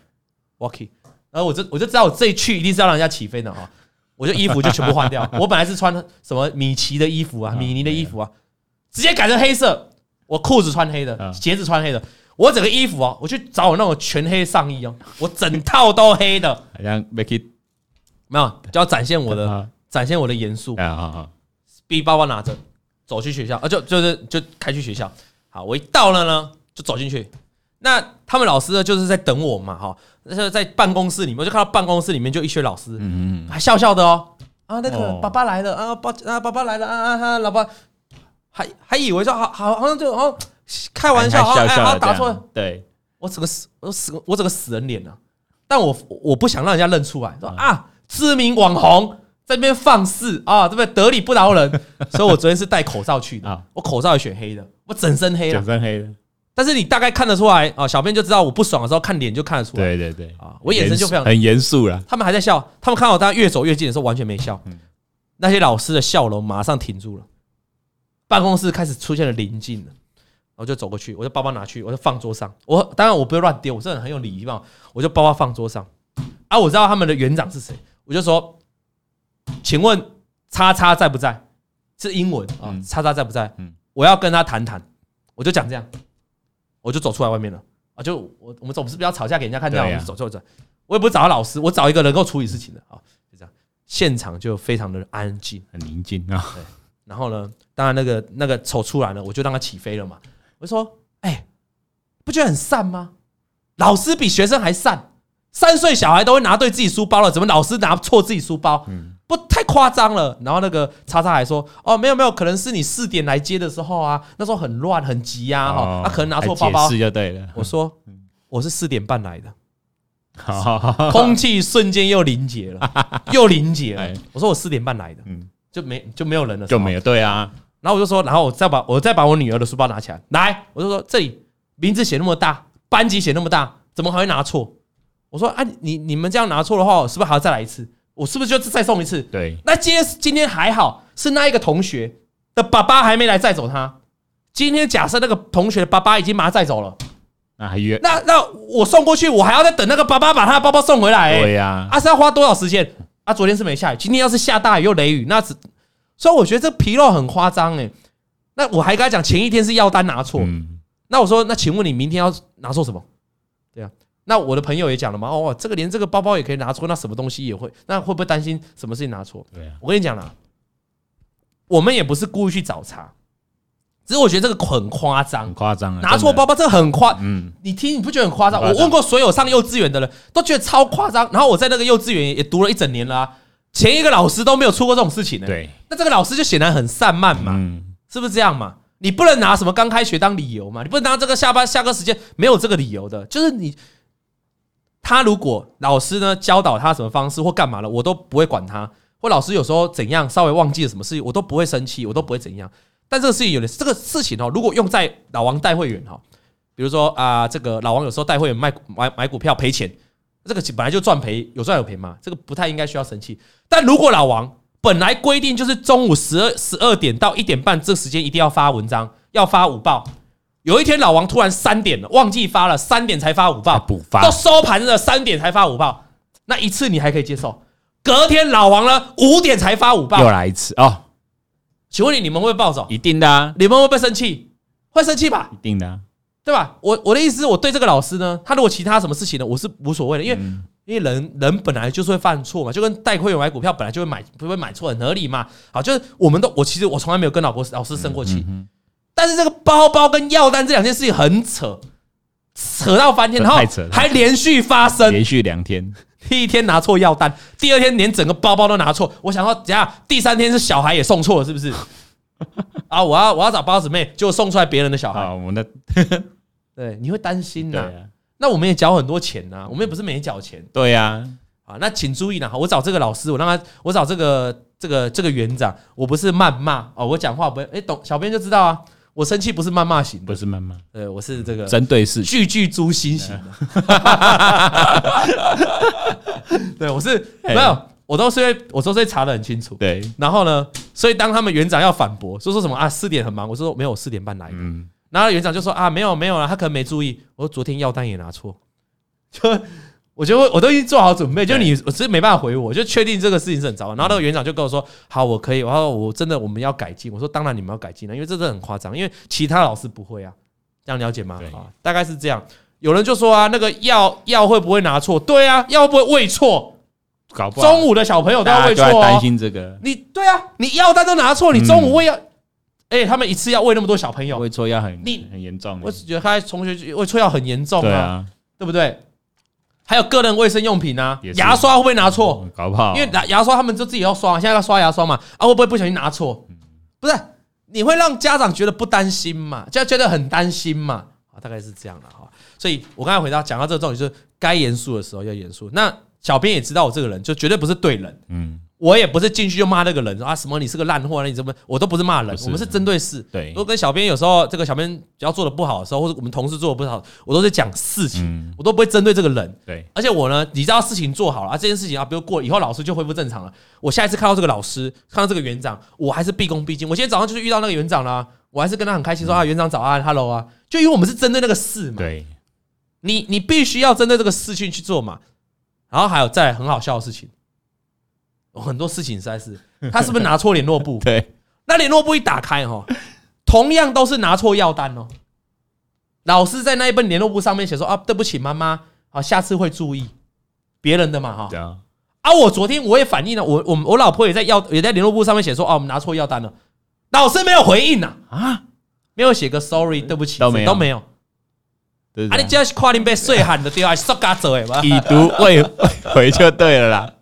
A: ？Walkie，然后我就我就知道我这一去一定是要让人家起飞的哈，我就衣服就全部 换掉。我本来是穿什么米奇的衣服啊，米妮的衣服啊，直接改成黑色。我裤子穿黑的，
B: 嗯
A: 鞋子穿黑的，我整个衣服哦，我去找我那种全黑上衣哦，我整套都黑的，
B: 好像被去
A: 没有就要展现我的
B: 啊
A: 展现我的严肃。
B: 啊啊，
A: B 包包拿着走去学校，啊，就就是就开去学校。好，我一到了呢，就走进去。那他们老师呢，就是在等我嘛，哈，那时候在办公室里面，我就看到办公室里面就一群老师，
B: 嗯嗯，
A: 还笑笑的哦，啊，那个
B: 哦
A: 爸爸来了啊，爸啊，爸爸来了啊啊啊，老爸，还还以为说好好好像就好像开玩笑，
B: 还
A: 好
B: 笑
A: 像哎好
B: 笑
A: 像
B: 的
A: 打
B: 这
A: 错了
B: 样，，对，
A: 我整个死，我死，我整个死人脸啊！但我我不想让人家认出来，
B: 嗯
A: 说啊，知名网红在那边放肆啊，这边得理不饶人， 所以我昨天是戴口罩去的
B: 啊，
A: 我口罩也选黑的，我整身黑
B: 九
A: 了。
B: 身黑的，
A: 但是你大概看得出来啊，小编就知道我不爽的时候，看脸就看得出来
B: 对对对，
A: 啊，我眼神就非常。
B: 很严肃了，
A: 他们还在笑，他们看到我当越走越近的时候完全没笑，
B: 嗯
A: 那些老师的笑容马上停住了，办公室开始出现了宁静了。我就走过去，我就包包拿去，我就放桌上。我当然我不会乱丢，我这人很有礼貌，我就包包放桌上。啊，我知道他们的园长是谁，我就说，请问叉叉在不在？是英文啊
B: 嗯，
A: 叉叉在不在
B: 嗯？
A: 我要跟他谈谈，我就讲这样，我就走出来外面了。啊，就我我们总是不要吵架给人家看到，
B: 对
A: 我
B: 呀
A: 们就走走走。我也不是找老师，我找一个能够处理事情的啊，就这样。现场就非常的安静，
B: 很宁静啊，
A: 然后呢，当然那个那个丑出来了，我就让他起飞了嘛。我就说，哎、不觉得很善吗？老师比学生还善，三岁小孩都会拿对自己书包了，怎么老师拿错自己书包？
B: 嗯
A: 不太夸张了。然后那个叉叉还说，哦，没有没有，可能是你四点来接的时候啊，那时候很乱很急啊，哈、
B: 哦
A: 他、可能拿错包包
B: 还解。释就对了，
A: 我说，我是四点半来 的。
B: 好 好好好
A: 空气瞬间又凝结了，又凝结了
B: 哎。
A: 我说我四点半来的，
B: 嗯
A: 就没就没有人了，
B: 就没有，对啊，
A: 然后我就说，然后我再把我再把我女儿的书包拿起来，来，我就说这里名字写那么大，班级写那么大，怎么还会拿错？我说啊，你你们这样拿错的话，我是不是还要再来一次？我是不是就再送一次？
B: 对，
A: 那今天今天还好，是那一个同学的爸爸还没来载走他。今天假设那个同学的爸爸已经把他载走了，
B: 那还约？
A: 那那我送过去，我还要再等那个爸爸把他的包包送回来、欸。
B: 对呀，
A: 啊，是要花多少时间？啊，昨天是没下雨，今天要是下大雨又雷雨，那只……所以我觉得这纰漏很夸张哎。那我还跟他讲，前一天是药单拿错，
B: 嗯，
A: 那我说，那请问你明天要拿错什么？对啊，那我的朋友也讲了嘛，哦，这个连这个包包也可以拿错，那什么东西也会，那会不会担心什么事情拿错？
B: 对啊呀，
A: 我跟你讲啦，我们也不是故意去找茬，只是我觉得这个很夸张
B: 很，夸张啊，
A: 拿错
B: 真的
A: 包，包这很夸，
B: 嗯，
A: 你听你不觉得很夸张？
B: 很
A: 我
B: 夸张
A: 问过所有上幼稚园的人都觉得超夸张，然后我在那个幼稚园也读了一整年了、啊，前一个老师都没有出过这种事情呢、，
B: 对，
A: 那啊这个老师就显然很散漫嘛，
B: 嗯，
A: 是不是这样嘛？你不能拿什么刚开学当理由嘛，你不能拿这个下班下课时间没有这个理由的，就是你他如果老师呢教导他什么方式或干嘛了，我都不会管他，或老师有时候怎样稍微忘记了什么事情，我都不会生气，我都不会怎样。但这个事情有点，这个事情哦，如果用在老王带会员哈、哦，比如说啊、这个老王有时候带会员卖买买股票赔钱，这个本来就赚赔，有赚有赔嘛，这个不太应该需要生气。但如果老王本来规定就是中午十二十二点到一点半这时间一定要发文章，要发午报。有一天老王突然三点了，忘记发了，三点才发午报，
B: 才补发
A: 啊都收盘了，三点才发午报，那一次你还可以接受。隔天老王呢，五点才发午报，
B: 又来一次哦，
A: 请问你你们会不会暴走？
B: 一定的啊，
A: 你们会不会生气？会生气吧
B: 一，定的啊，
A: 对吧？我我的意思是，我对这个老师呢，他如果其他什么事情呢，我是无所谓的，因为、
B: 嗯
A: 因为人人本来就是会犯错嘛，就跟带会员买股票本来就会买不会买错，很合理嘛。好，就是我们都我其实我从来没有跟老婆老师生过气，
B: 嗯
A: 但是这个包包跟药单这两件事情很扯，扯到翻天，
B: 这
A: 然后
B: 太扯了
A: 还连续发
B: 哼
A: 生，
B: 连续两天，
A: 第一天拿错药单，第二天连整个包包都拿错。我想要怎样？第三天是小孩也送错了，是不 是？啊，我要我要找包子妹，就送出来别人的小孩。
B: 好，我们的
A: 对，你会担心
B: 啊对
A: 呐、
B: 啊，
A: 那我们也缴很多钱呐、我们也不是没缴钱
B: 对呀，
A: 啊。那请注意啦，我找这个老师，我让他，我找这个这个这个园长，我不是谩骂哦，我讲话不会，哎、懂小编就知道啊，我生气不是谩骂型
B: 不
A: 的，
B: 是嗯慢慢
A: 对，我是这个
B: 针对事情，
A: 句句诛心型 的。对，我是没
B: 哎
A: 有，我都是会，我都是会查的很清楚。
B: 对，
A: 然后呢，所以当他们园长要反驳，说说什么啊，四点很忙，我说没有，我四点半来的。
B: 嗯，
A: 然后园长就说啊，没有没有啊，他可能没注意。我说昨天药单也拿错， 就我就会我都已经做好准备，就你我只是没办法回我，就确定这个事情是很糟糕。然后那个园长就跟我说，好，我可以，然后我真的我们要改进。我说当然你们要改进了，因为这真的很夸张，因为其他老师不会啊，这样了解吗
B: 对？
A: 啊，大概是这样。有人就说啊，那个药药会不会拿错？对啊，药会不会喂错？
B: 搞不好
A: 中午的小朋友都要
B: 大家
A: 喂
B: 就
A: 错
B: 在担
A: 哦。
B: 心这个，
A: 你对啊，你药单都拿错，你中午喂药，
B: 嗯
A: 哎、他们一次要喂那么多小朋友，
B: 会错要很
A: 你
B: 很严重的，
A: 我只觉得他同学胃错药很严重
B: 对
A: 啊，
B: 啊，
A: 对不对？还有个人卫生用品啊
B: 也，是嗯
A: 牙刷会不会拿错？
B: 搞不好，
A: 因为牙牙刷他们就自己要刷，啊现在要刷牙刷嘛，啊，会不会不小心拿错？
B: 嗯
A: 不是，你会让家长觉得不担心嘛，就觉得很担心嘛，啊，大概是这样的哈。所以我刚才回答讲到这个重点，就是该严肃的时候要严肃。那小编也知道我这个人就绝对不是对人，
B: 嗯，
A: 我也不是进去就骂那个人说啊什么你是个烂货，你怎么我都不是骂人
B: 不，是
A: 我们是针对事。
B: 对
A: 如，果跟小编有时候这个小编只要做的不好的时候，或者我们同事做的不好，我都是讲事情，
B: 嗯，
A: 我都不会针对这个人。
B: 对，
A: 而且我呢，你知道事情做好了啊，这件事情啊，比如过以后老师就恢复正常了。我下一次看到这个老师，看到这个园长，我还是毕恭毕敬。我今天早上就是遇到那个园长啦、我还是跟他很开心说啊，园长早安，hello 啊，就因为我们是针对那个事嘛，
B: 对，
A: 你你必须要针对这个事情去做嘛。然后还有再来很好笑的事情，有很多事情实在是，他是不是拿错联络 簿？
B: 对，
A: 那联络簿一打开哈，同样都是拿错药单哦。老师在那一份联络簿上面写说啊，对不起妈妈，啊，下次会注意别人的嘛哈。
B: 对啊，
A: 啊，我昨天我也反映了，我我我老婆也在药也在联络簿上面写说啊，我们拿错药单了，老师没有回应呐、啊，没有写个 sorry，对不起，
B: 都没有
A: 都没有。
B: 对
A: 啊，你这样是跨年被岁喊的对啊，是嘎走哎嘛。
B: 已读未回就对了啦，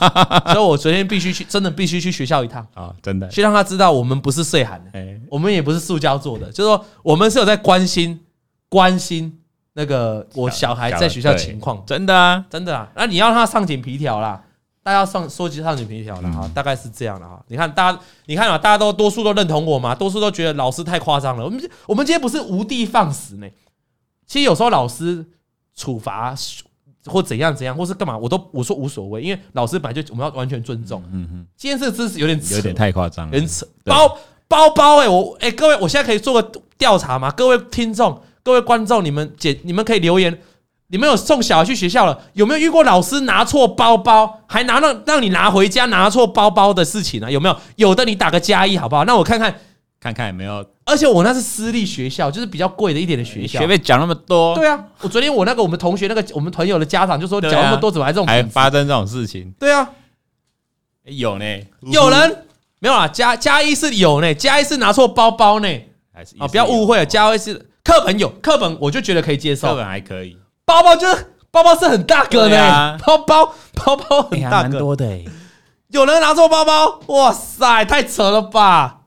A: 所以我昨天必须去，真的必须去学校一趟，
B: 啊，真的，
A: 去让他知道我们不是岁喊的。
B: 哎，
A: 我们也不是塑胶做的，就是说我们是有在关心关心那个我小孩在学校
B: 对
A: 情况，
B: 真的啊，
A: 真的啊。那你要让他上紧皮条啦，大家上收集上紧皮条了
B: 嗯
A: 哈，大概是这样的哈。你看大家，你看啊，大家都多数都认同我嘛，多数都觉得老师太夸张了。我们我们今天不是无的放矢呢，其实有时候老师处罚或怎样怎样，或是干嘛，我都我说无所谓，因为老师本来就我们要完全尊重。
B: 嗯哼，
A: 今天这个姿势有点扯
B: 有点太夸张了
A: 有，点扯。
B: 对
A: 包包包哎、我哎、各位，我现在可以做个调查吗？各位听众、各位观众，你们姐你们可以留言，你们有送小孩去学校了，有没有遇过老师拿错包包，还拿让让你拿回家拿错包包的事情啊？有没有？有的你打个加一好不好？那我看看，
B: 看看有没有
A: 而且我那是私立学校，就是比较贵的一点的哎学校
B: 哎学。费讲那么多，
A: 对啊，我昨天我那个我们同学那个我们朋友的家长就说
B: 对
A: 缴
B: 啊
A: 那么多怎么还这种
B: 还
A: 品质
B: 发生这种事情，
A: 对啊，
B: 欸有呢，
A: 有
B: 嗯
A: 人没有啊？加加一是有呢，加一是拿错包包呢。
B: 还是
A: 啊，不要误会了，
B: 家
A: 加一是课本有课本，我就觉得可以接
B: 课
A: 受。
B: 本还可以，
A: 包包就是包包是很大个
B: 对
A: 的、欸
B: 啊
A: 包包包包很
B: 欸还
A: 大
B: 蛮
A: 个，
B: 多的欸，
A: 有人拿错包包，哇塞，太扯了吧！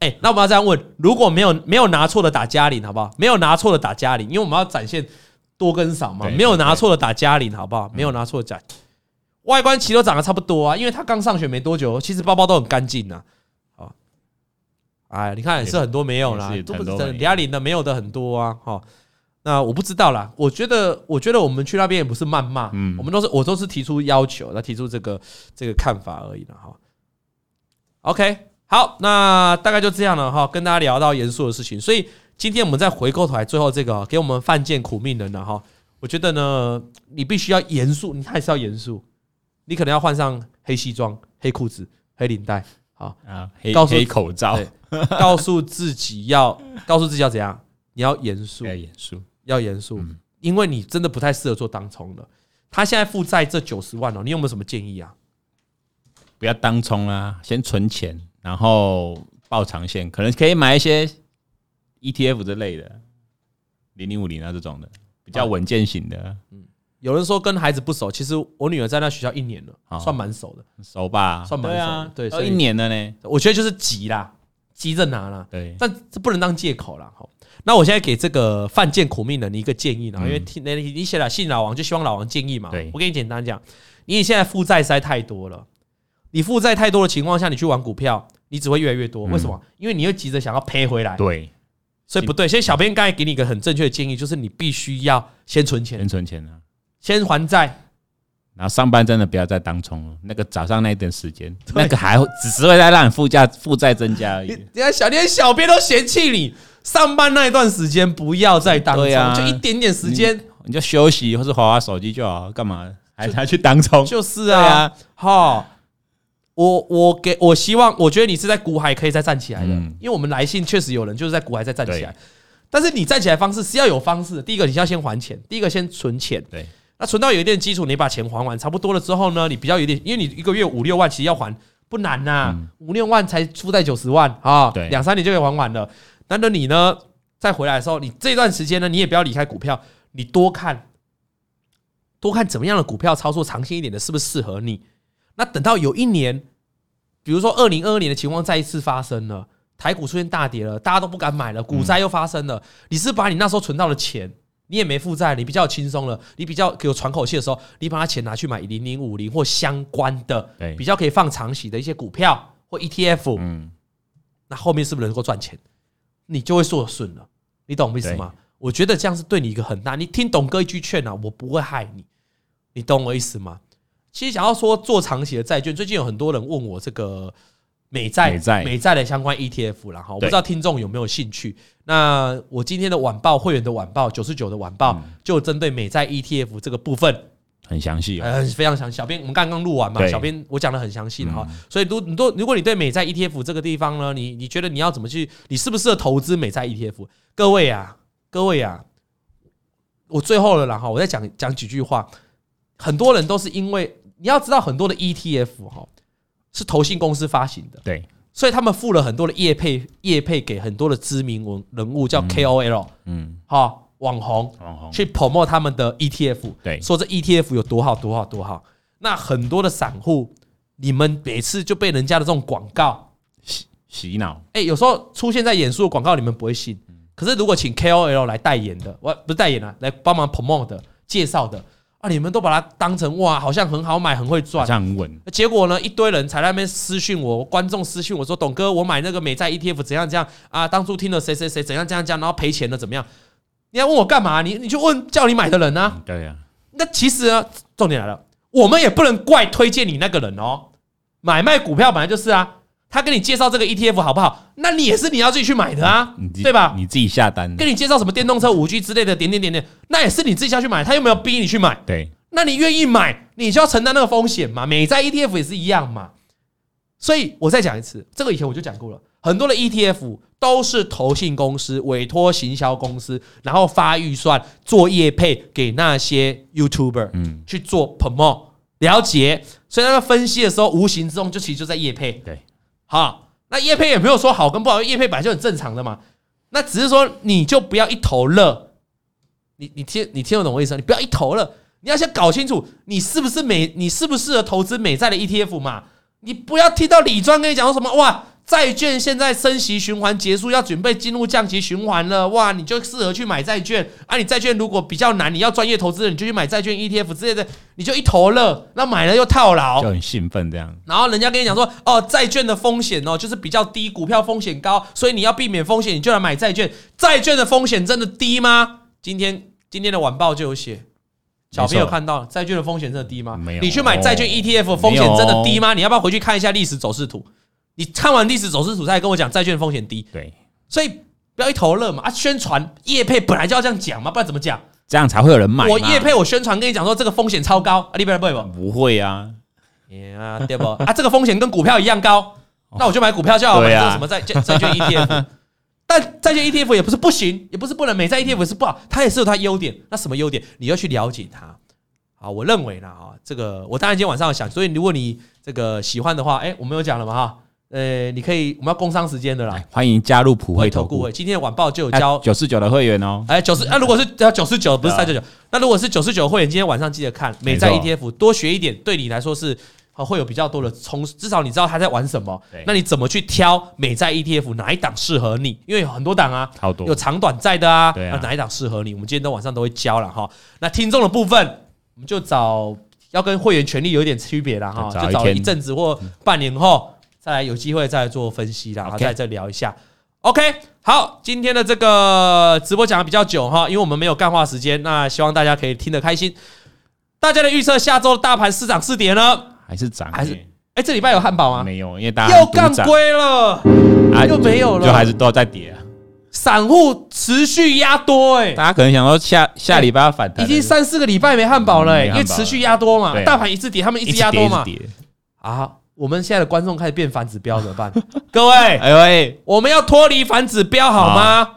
A: 哎、那我们要这样问：如果没有没有拿错的打嘉玲，好不好？没有拿错的打嘉玲，因为我们要展现多跟少嘛。
B: 对
A: 没有拿错的打嘉玲，好不好？没有拿错的打，外观其实都长得差不多啊，因为他刚上学没多久，其实包包都很干净呐。好，哎，你看也是很多没有啦
B: 也是，
A: 都不
B: 很多
A: 是
B: 没有
A: 真的嘉玲的没有的很多啊。好，那我不知道啦，我觉得我觉得我们去那边也不是谩骂，
B: 嗯
A: 我们都是我都是提出要求，那提出这个这个看法而已了哈。OK，好，那大概就这样了哈，跟大家聊到严肃的事情，所以今天我们再回过头来，最后这个哦给我们犯贱苦命人了哈。我觉得呢，你必须要严肃，你还是要严肃，你可能要换上黑西装、黑裤子、黑领带，好，
B: 啊，黑
A: 告诉
B: 黑口罩，
A: 对告诉自己要，告诉自己要怎样，你要严肃
B: 不，要严肃，
A: 要严肃，
B: 嗯
A: 因为你真的不太适合做当冲了。他现在负债这九十万哦，你有没有什么建议啊？
B: 不要当冲啊，先存钱，然后报长线，可能可以买一些 ETF 之类的，零零五零啊这种的，比较稳健型的，
A: 有人说跟孩子不熟，其实我女儿在那学校一年了，
B: 哦
A: 算蛮熟的。
B: 熟吧？
A: 算蛮
B: 对啊
A: 熟的对
B: 都
A: 所以
B: 一年了呢，
A: 我觉得就是急啦，急着拿啦，
B: 对，
A: 但这不能当借口啦。好，那我现在给这个犯贱苦命人一个建议啦，因为听那你写了信老王，就希望老王建议嘛
B: 嗯对。
A: 我给你简单讲，你现在负债实在太多了，你负债太多的情况下，你去玩股票，你只会越来越
B: 嗯
A: 多。为什么？因为你又急着想要赔回来，
B: 对，
A: 所以不对。所以小编刚才给你一个很正确的建议，就是你必须要先存钱，
B: 先存钱啊。
A: 先还债。
B: 然后上班真的不要再当冲了，那个早上那一段时间，那个还会只是会再让你负债负债增加而
A: 你
B: 已。
A: 你看小连小编都嫌弃你，上班那一段时间不要再当
B: 对
A: 冲，
B: 啊
A: 就一点点时间。
B: 你就休息或是划划手机就好，干嘛还还去当冲？
A: 就是
B: 嗯
A: 啊，哈、我我给我希望，我觉得你是在股海可以再站起来的，
B: 嗯
A: 因为我们来信确实有人就是在股海再站起来，但是你站起来的方式是要有方式的。第一个，你是要先还钱；第一个，先存钱。
B: 对，
A: 那存到有一定的基础，你把钱还完差不多了之后呢，你比较有点，因为你一个月五六万，其实要还不难呐、五六万才负债九十万啊
B: 对，
A: 两三年就可以还完了。那等你呢再回来的时候，你这段时间呢，你也不要离开股票，你多看多看怎么样的股票操作长线一点的，是不是适合你？那等到有一年，比如说二零二二年的情况再一次发生了，台股出现大跌了，大家都不敢买了，股灾又发生了，你是把你那时候存到的钱，你也没负债，你比较轻松了，你比较有喘口气的时候，你把它钱拿去买零零五零或相关的
B: 对
A: 比较可以放长期的一些股票或 E ETF，、
B: 嗯，
A: 那后面是不是能够赚钱？你就会做顺了，你懂我意思吗？我觉得这样是对你一个很大，你听懂哥一句劝啊，我不会害你，你懂我意思吗？其实想要说做长期的债券，最近有很多人问我这个美债、
B: 美债
A: 的相关 ETF 啦，哈，我不
B: 对
A: 知道听众有没有兴趣。那我今天的晚报会员的晚报九十九的晚
B: 嗯
A: 报，就针对美债 ETF 这个部分
B: 很详细哦。
A: 呃，非常详细。小编我们刚刚录完嘛，
B: 对
A: 小编我讲的很详细了哈。所以如你都如果你对美债 ETF 这个地方呢，你你觉得你要怎么去，你适不适合投资美债 ETF？各位啊，各位啊，我最后了啦哈，我再讲讲几句话。很多人都是因为你要知道，很多的 ETF 哈是投信公司发行的，
B: 对，
A: 所以他们付了很多的业配业配给很多的知名文人物叫 KOL
B: 嗯，
A: 哈网红，
B: 网红
A: 去 promote 他们的 ETF，
B: 哦对
A: 说这 ETF 有多好多好多好。那很多的散户，你们每次就被人家的这种广告，
B: 洗洗脑，
A: 哎、有时候出现在演说的广告，你们不会信。可是如果请 KOL 来代言的，我不是代言啊，来帮忙 promote 的、介绍的啊，你们都把它当成哇，好像很好买，很会
B: 好
A: 赚。
B: 像很稳。
A: 结果呢，一堆人才在那边私讯我，观众私讯我说：“董哥，我买那个美债 ETF 怎样怎样啊？当初听了谁谁谁怎样怎样怎样，然后赔钱了怎么样？”你要问我干嘛？你你就问叫你买的人啊。
B: 嗯对啊，
A: 那其实呢，重点来了，我们也不能怪推荐你那个人哦。买卖股票本来就是啊，他跟你介绍这个 ETF 好不好？那你也是你要自己去买的啊
B: 你自，己
A: 对吧？
B: 你自己下单的，
A: 跟你介绍什么电动车、五 G 之类的点点点点，那也是你自己要去买，他又没有逼你去买。
B: 对，
A: 那你愿意买，你就要承担那个风险嘛。美债 ETF 也是一样嘛。所以我再讲一次，这个以前我就讲过了，很多的 ETF 都是投信公司、委托行销公司，然后发预算做业配给那些 YouTuber，
B: 嗯，
A: 去做 promo 了解，所以他在分析的时候，无形之中就其实就在业配。
B: 对，
A: 好，那业配也没有说好跟不好，业配本来就很正常的嘛。那只是说你就不要一头热，你你听你听得懂我意思吗？你不要一头热，你要先搞清楚你是不是美，你适不适合投资美债的 ETF 嘛？你不要听到李专跟你讲说什么哇，债券现在升息循环结束，要准备进入降息循环了，哇，你就适合去买债券啊。你债券如果比较难，你要专业投资人，你就去买债券 ETF 之类的，你就一头热，那买了又套牢
B: 就，很兴奋这样。
A: 然后人家跟你讲说，哦，债券的风险哦，就是比较低，股票风险高，所以你要避免风险，你就来买债券。债券的风险真的低吗？今天今天的晚报就有写，小朋友看到了，债券的风险真的低吗？
B: 没有
A: 你去买债券 ETF 风险真的低吗？你要不要回去看一下历史走势图？你看完历史走势图再跟我讲债券风险低，
B: 对，
A: 所以不要一头热嘛啊！宣传业配本来就要这样讲嘛，不然怎么讲？
B: 这样才会有人买嘛。
A: 我业配我宣传跟你讲说这个风险超高，啊，你不要不要不要。
B: 不会啊，
A: Yeah，啊，对不？啊，这个风险跟股票一样高，那我就买股票就好了，
B: 哦对
A: 买
B: 啊
A: 这个什么债券债券 ETF。但债券 ETF 也不是不行，也不是不能，美
B: 嗯
A: 债 ETF 也是不好，它也是有它优点。那什么优点？你要去了解它。啊，我认为啦，哈，这个我当然今天晚上有想，所以如果你这个喜欢的话，哎、我们有讲了嘛，哈，呃，你可以，我们要工商时间的啦
B: 来，欢迎加入普惠哎投
A: 哎顾
B: 顾哎
A: 会，今天晚报就有教
B: 九十九的会员哦。
A: 哎，九十那如果是要九十九，不是
B: 对
A: 三
B: 啊
A: 九九，那如果是九十九会员，今天晚上记得看美债
B: 没
A: ETF，多学一点，对你来说是呃会有比较多的充实，至少你知道他在玩什么
B: 对。
A: 那你怎么去挑美债 ETF 哪一档适合你？因为有很多档啊，
B: 超多
A: 有长短债的啊，
B: 对啊
A: 那哪一档适合你？我们今天都晚上都会教了哈。那听众的部分，我们就找要跟会员权利有一点区别了哈，
B: 就找
A: 就
B: 一
A: 找
B: 天嗯
A: 一阵子或半年后再来有机会再来做分析啦，然后
B: OK
A: 再再聊一下。OK，好，今天的这个直播讲的比较久哈，因为我们没有干话时间，那希望大家可以听得开心。大家的预测下周的大盘市涨四点呢？
B: 还是涨，
A: 还是哎，这礼拜有汉堡吗？
B: 没有，因为大家
A: 又
B: 很独
A: 干
B: 涨
A: 归了，
B: 啊
A: 又没有了
B: 就还是都在跌啊。
A: 散户持续压多哎、
B: 大家可能想说下下礼拜要反弹
A: 已
B: 了，
A: 经三四个礼拜没汉堡了、欸，
B: 嗯没
A: 因
B: 汉
A: 为
B: 堡
A: 持续压多嘛
B: 对，啊
A: 大盘一直跌，他们一
B: 一
A: 直压多嘛
B: 直跌一直跌
A: 啊！我们现在的观众开始变反指标怎么 办？各位，
B: 哎呦喂，
A: 我们要脱离反指标好吗？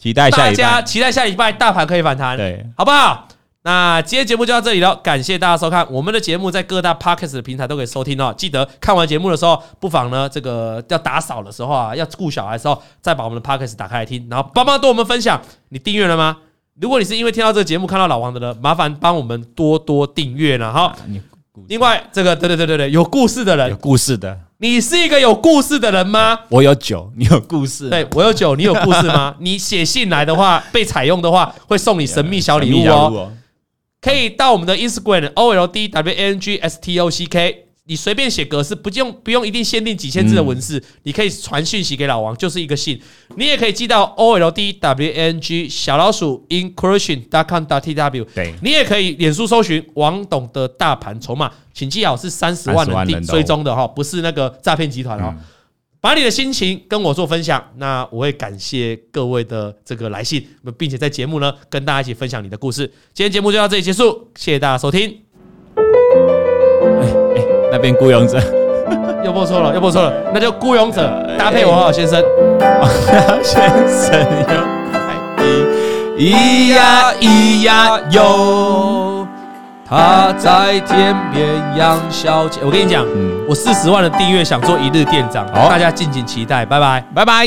B: 期待哎下
A: 大
B: 礼
A: 家
B: 拜。
A: 期待下礼拜大盘可以反弹，
B: 对，
A: 好不好？那今天节目就到这里了，感谢大家收看我们的节目，在各大 podcast 的平台都可以收听哦。记得看完节目的时候，不妨呢这个要打扫的时候啊，要顾小孩的时候，再把我们的 podcast 打开来听，然后帮忙多我们分享。你订阅了吗？如果你是因为听到这个节目看到老王的呢，麻烦帮我们多多订阅了哈。
B: 你
A: 另外，这个对对对对对，有故事的
B: 有
A: 人，
B: 故事的，
A: 你是一个有故事的人吗？
B: 我有酒，你有故事，
A: 对我有酒，你有故事吗？你写信来的话，被采用的话，会送你神秘小礼
B: 神秘
A: 物
B: 小
A: 哦。可以到我们的 Instagram O L D W A N G S T O C K，你随便写格式，不用不用一定限定几千字的文字，你可以传讯息给老王，就是一个信。你也可以寄到 O L D W A N G 小老鼠 incursion dot com dot t w，
B: 对
A: 你也可以脸书搜寻王董的大盘筹码，请记好是三十万
B: 30
A: 人
B: 万
A: 定
B: 人的哦
A: 追踪的哈、不是那个诈骗集团哦。
B: 嗯
A: 把你的心情跟我做分享，那我会感谢各位的这个来信，并且在节目呢跟大家一起分享你的故事。今天节目就到这里结束，谢谢大家收听。
B: 那边雇佣者，
A: 又播错了，又播错了，那就孤勇者
B: 哎
A: 搭配我好先生。
B: 先生有太低，咿呀咿呀哟，
A: 他在天边养小姐，我跟你讲，
B: 嗯
A: 我四十万的订阅想做一日店长，
B: 好
A: 大家敬请期待，拜拜。
B: 拜拜。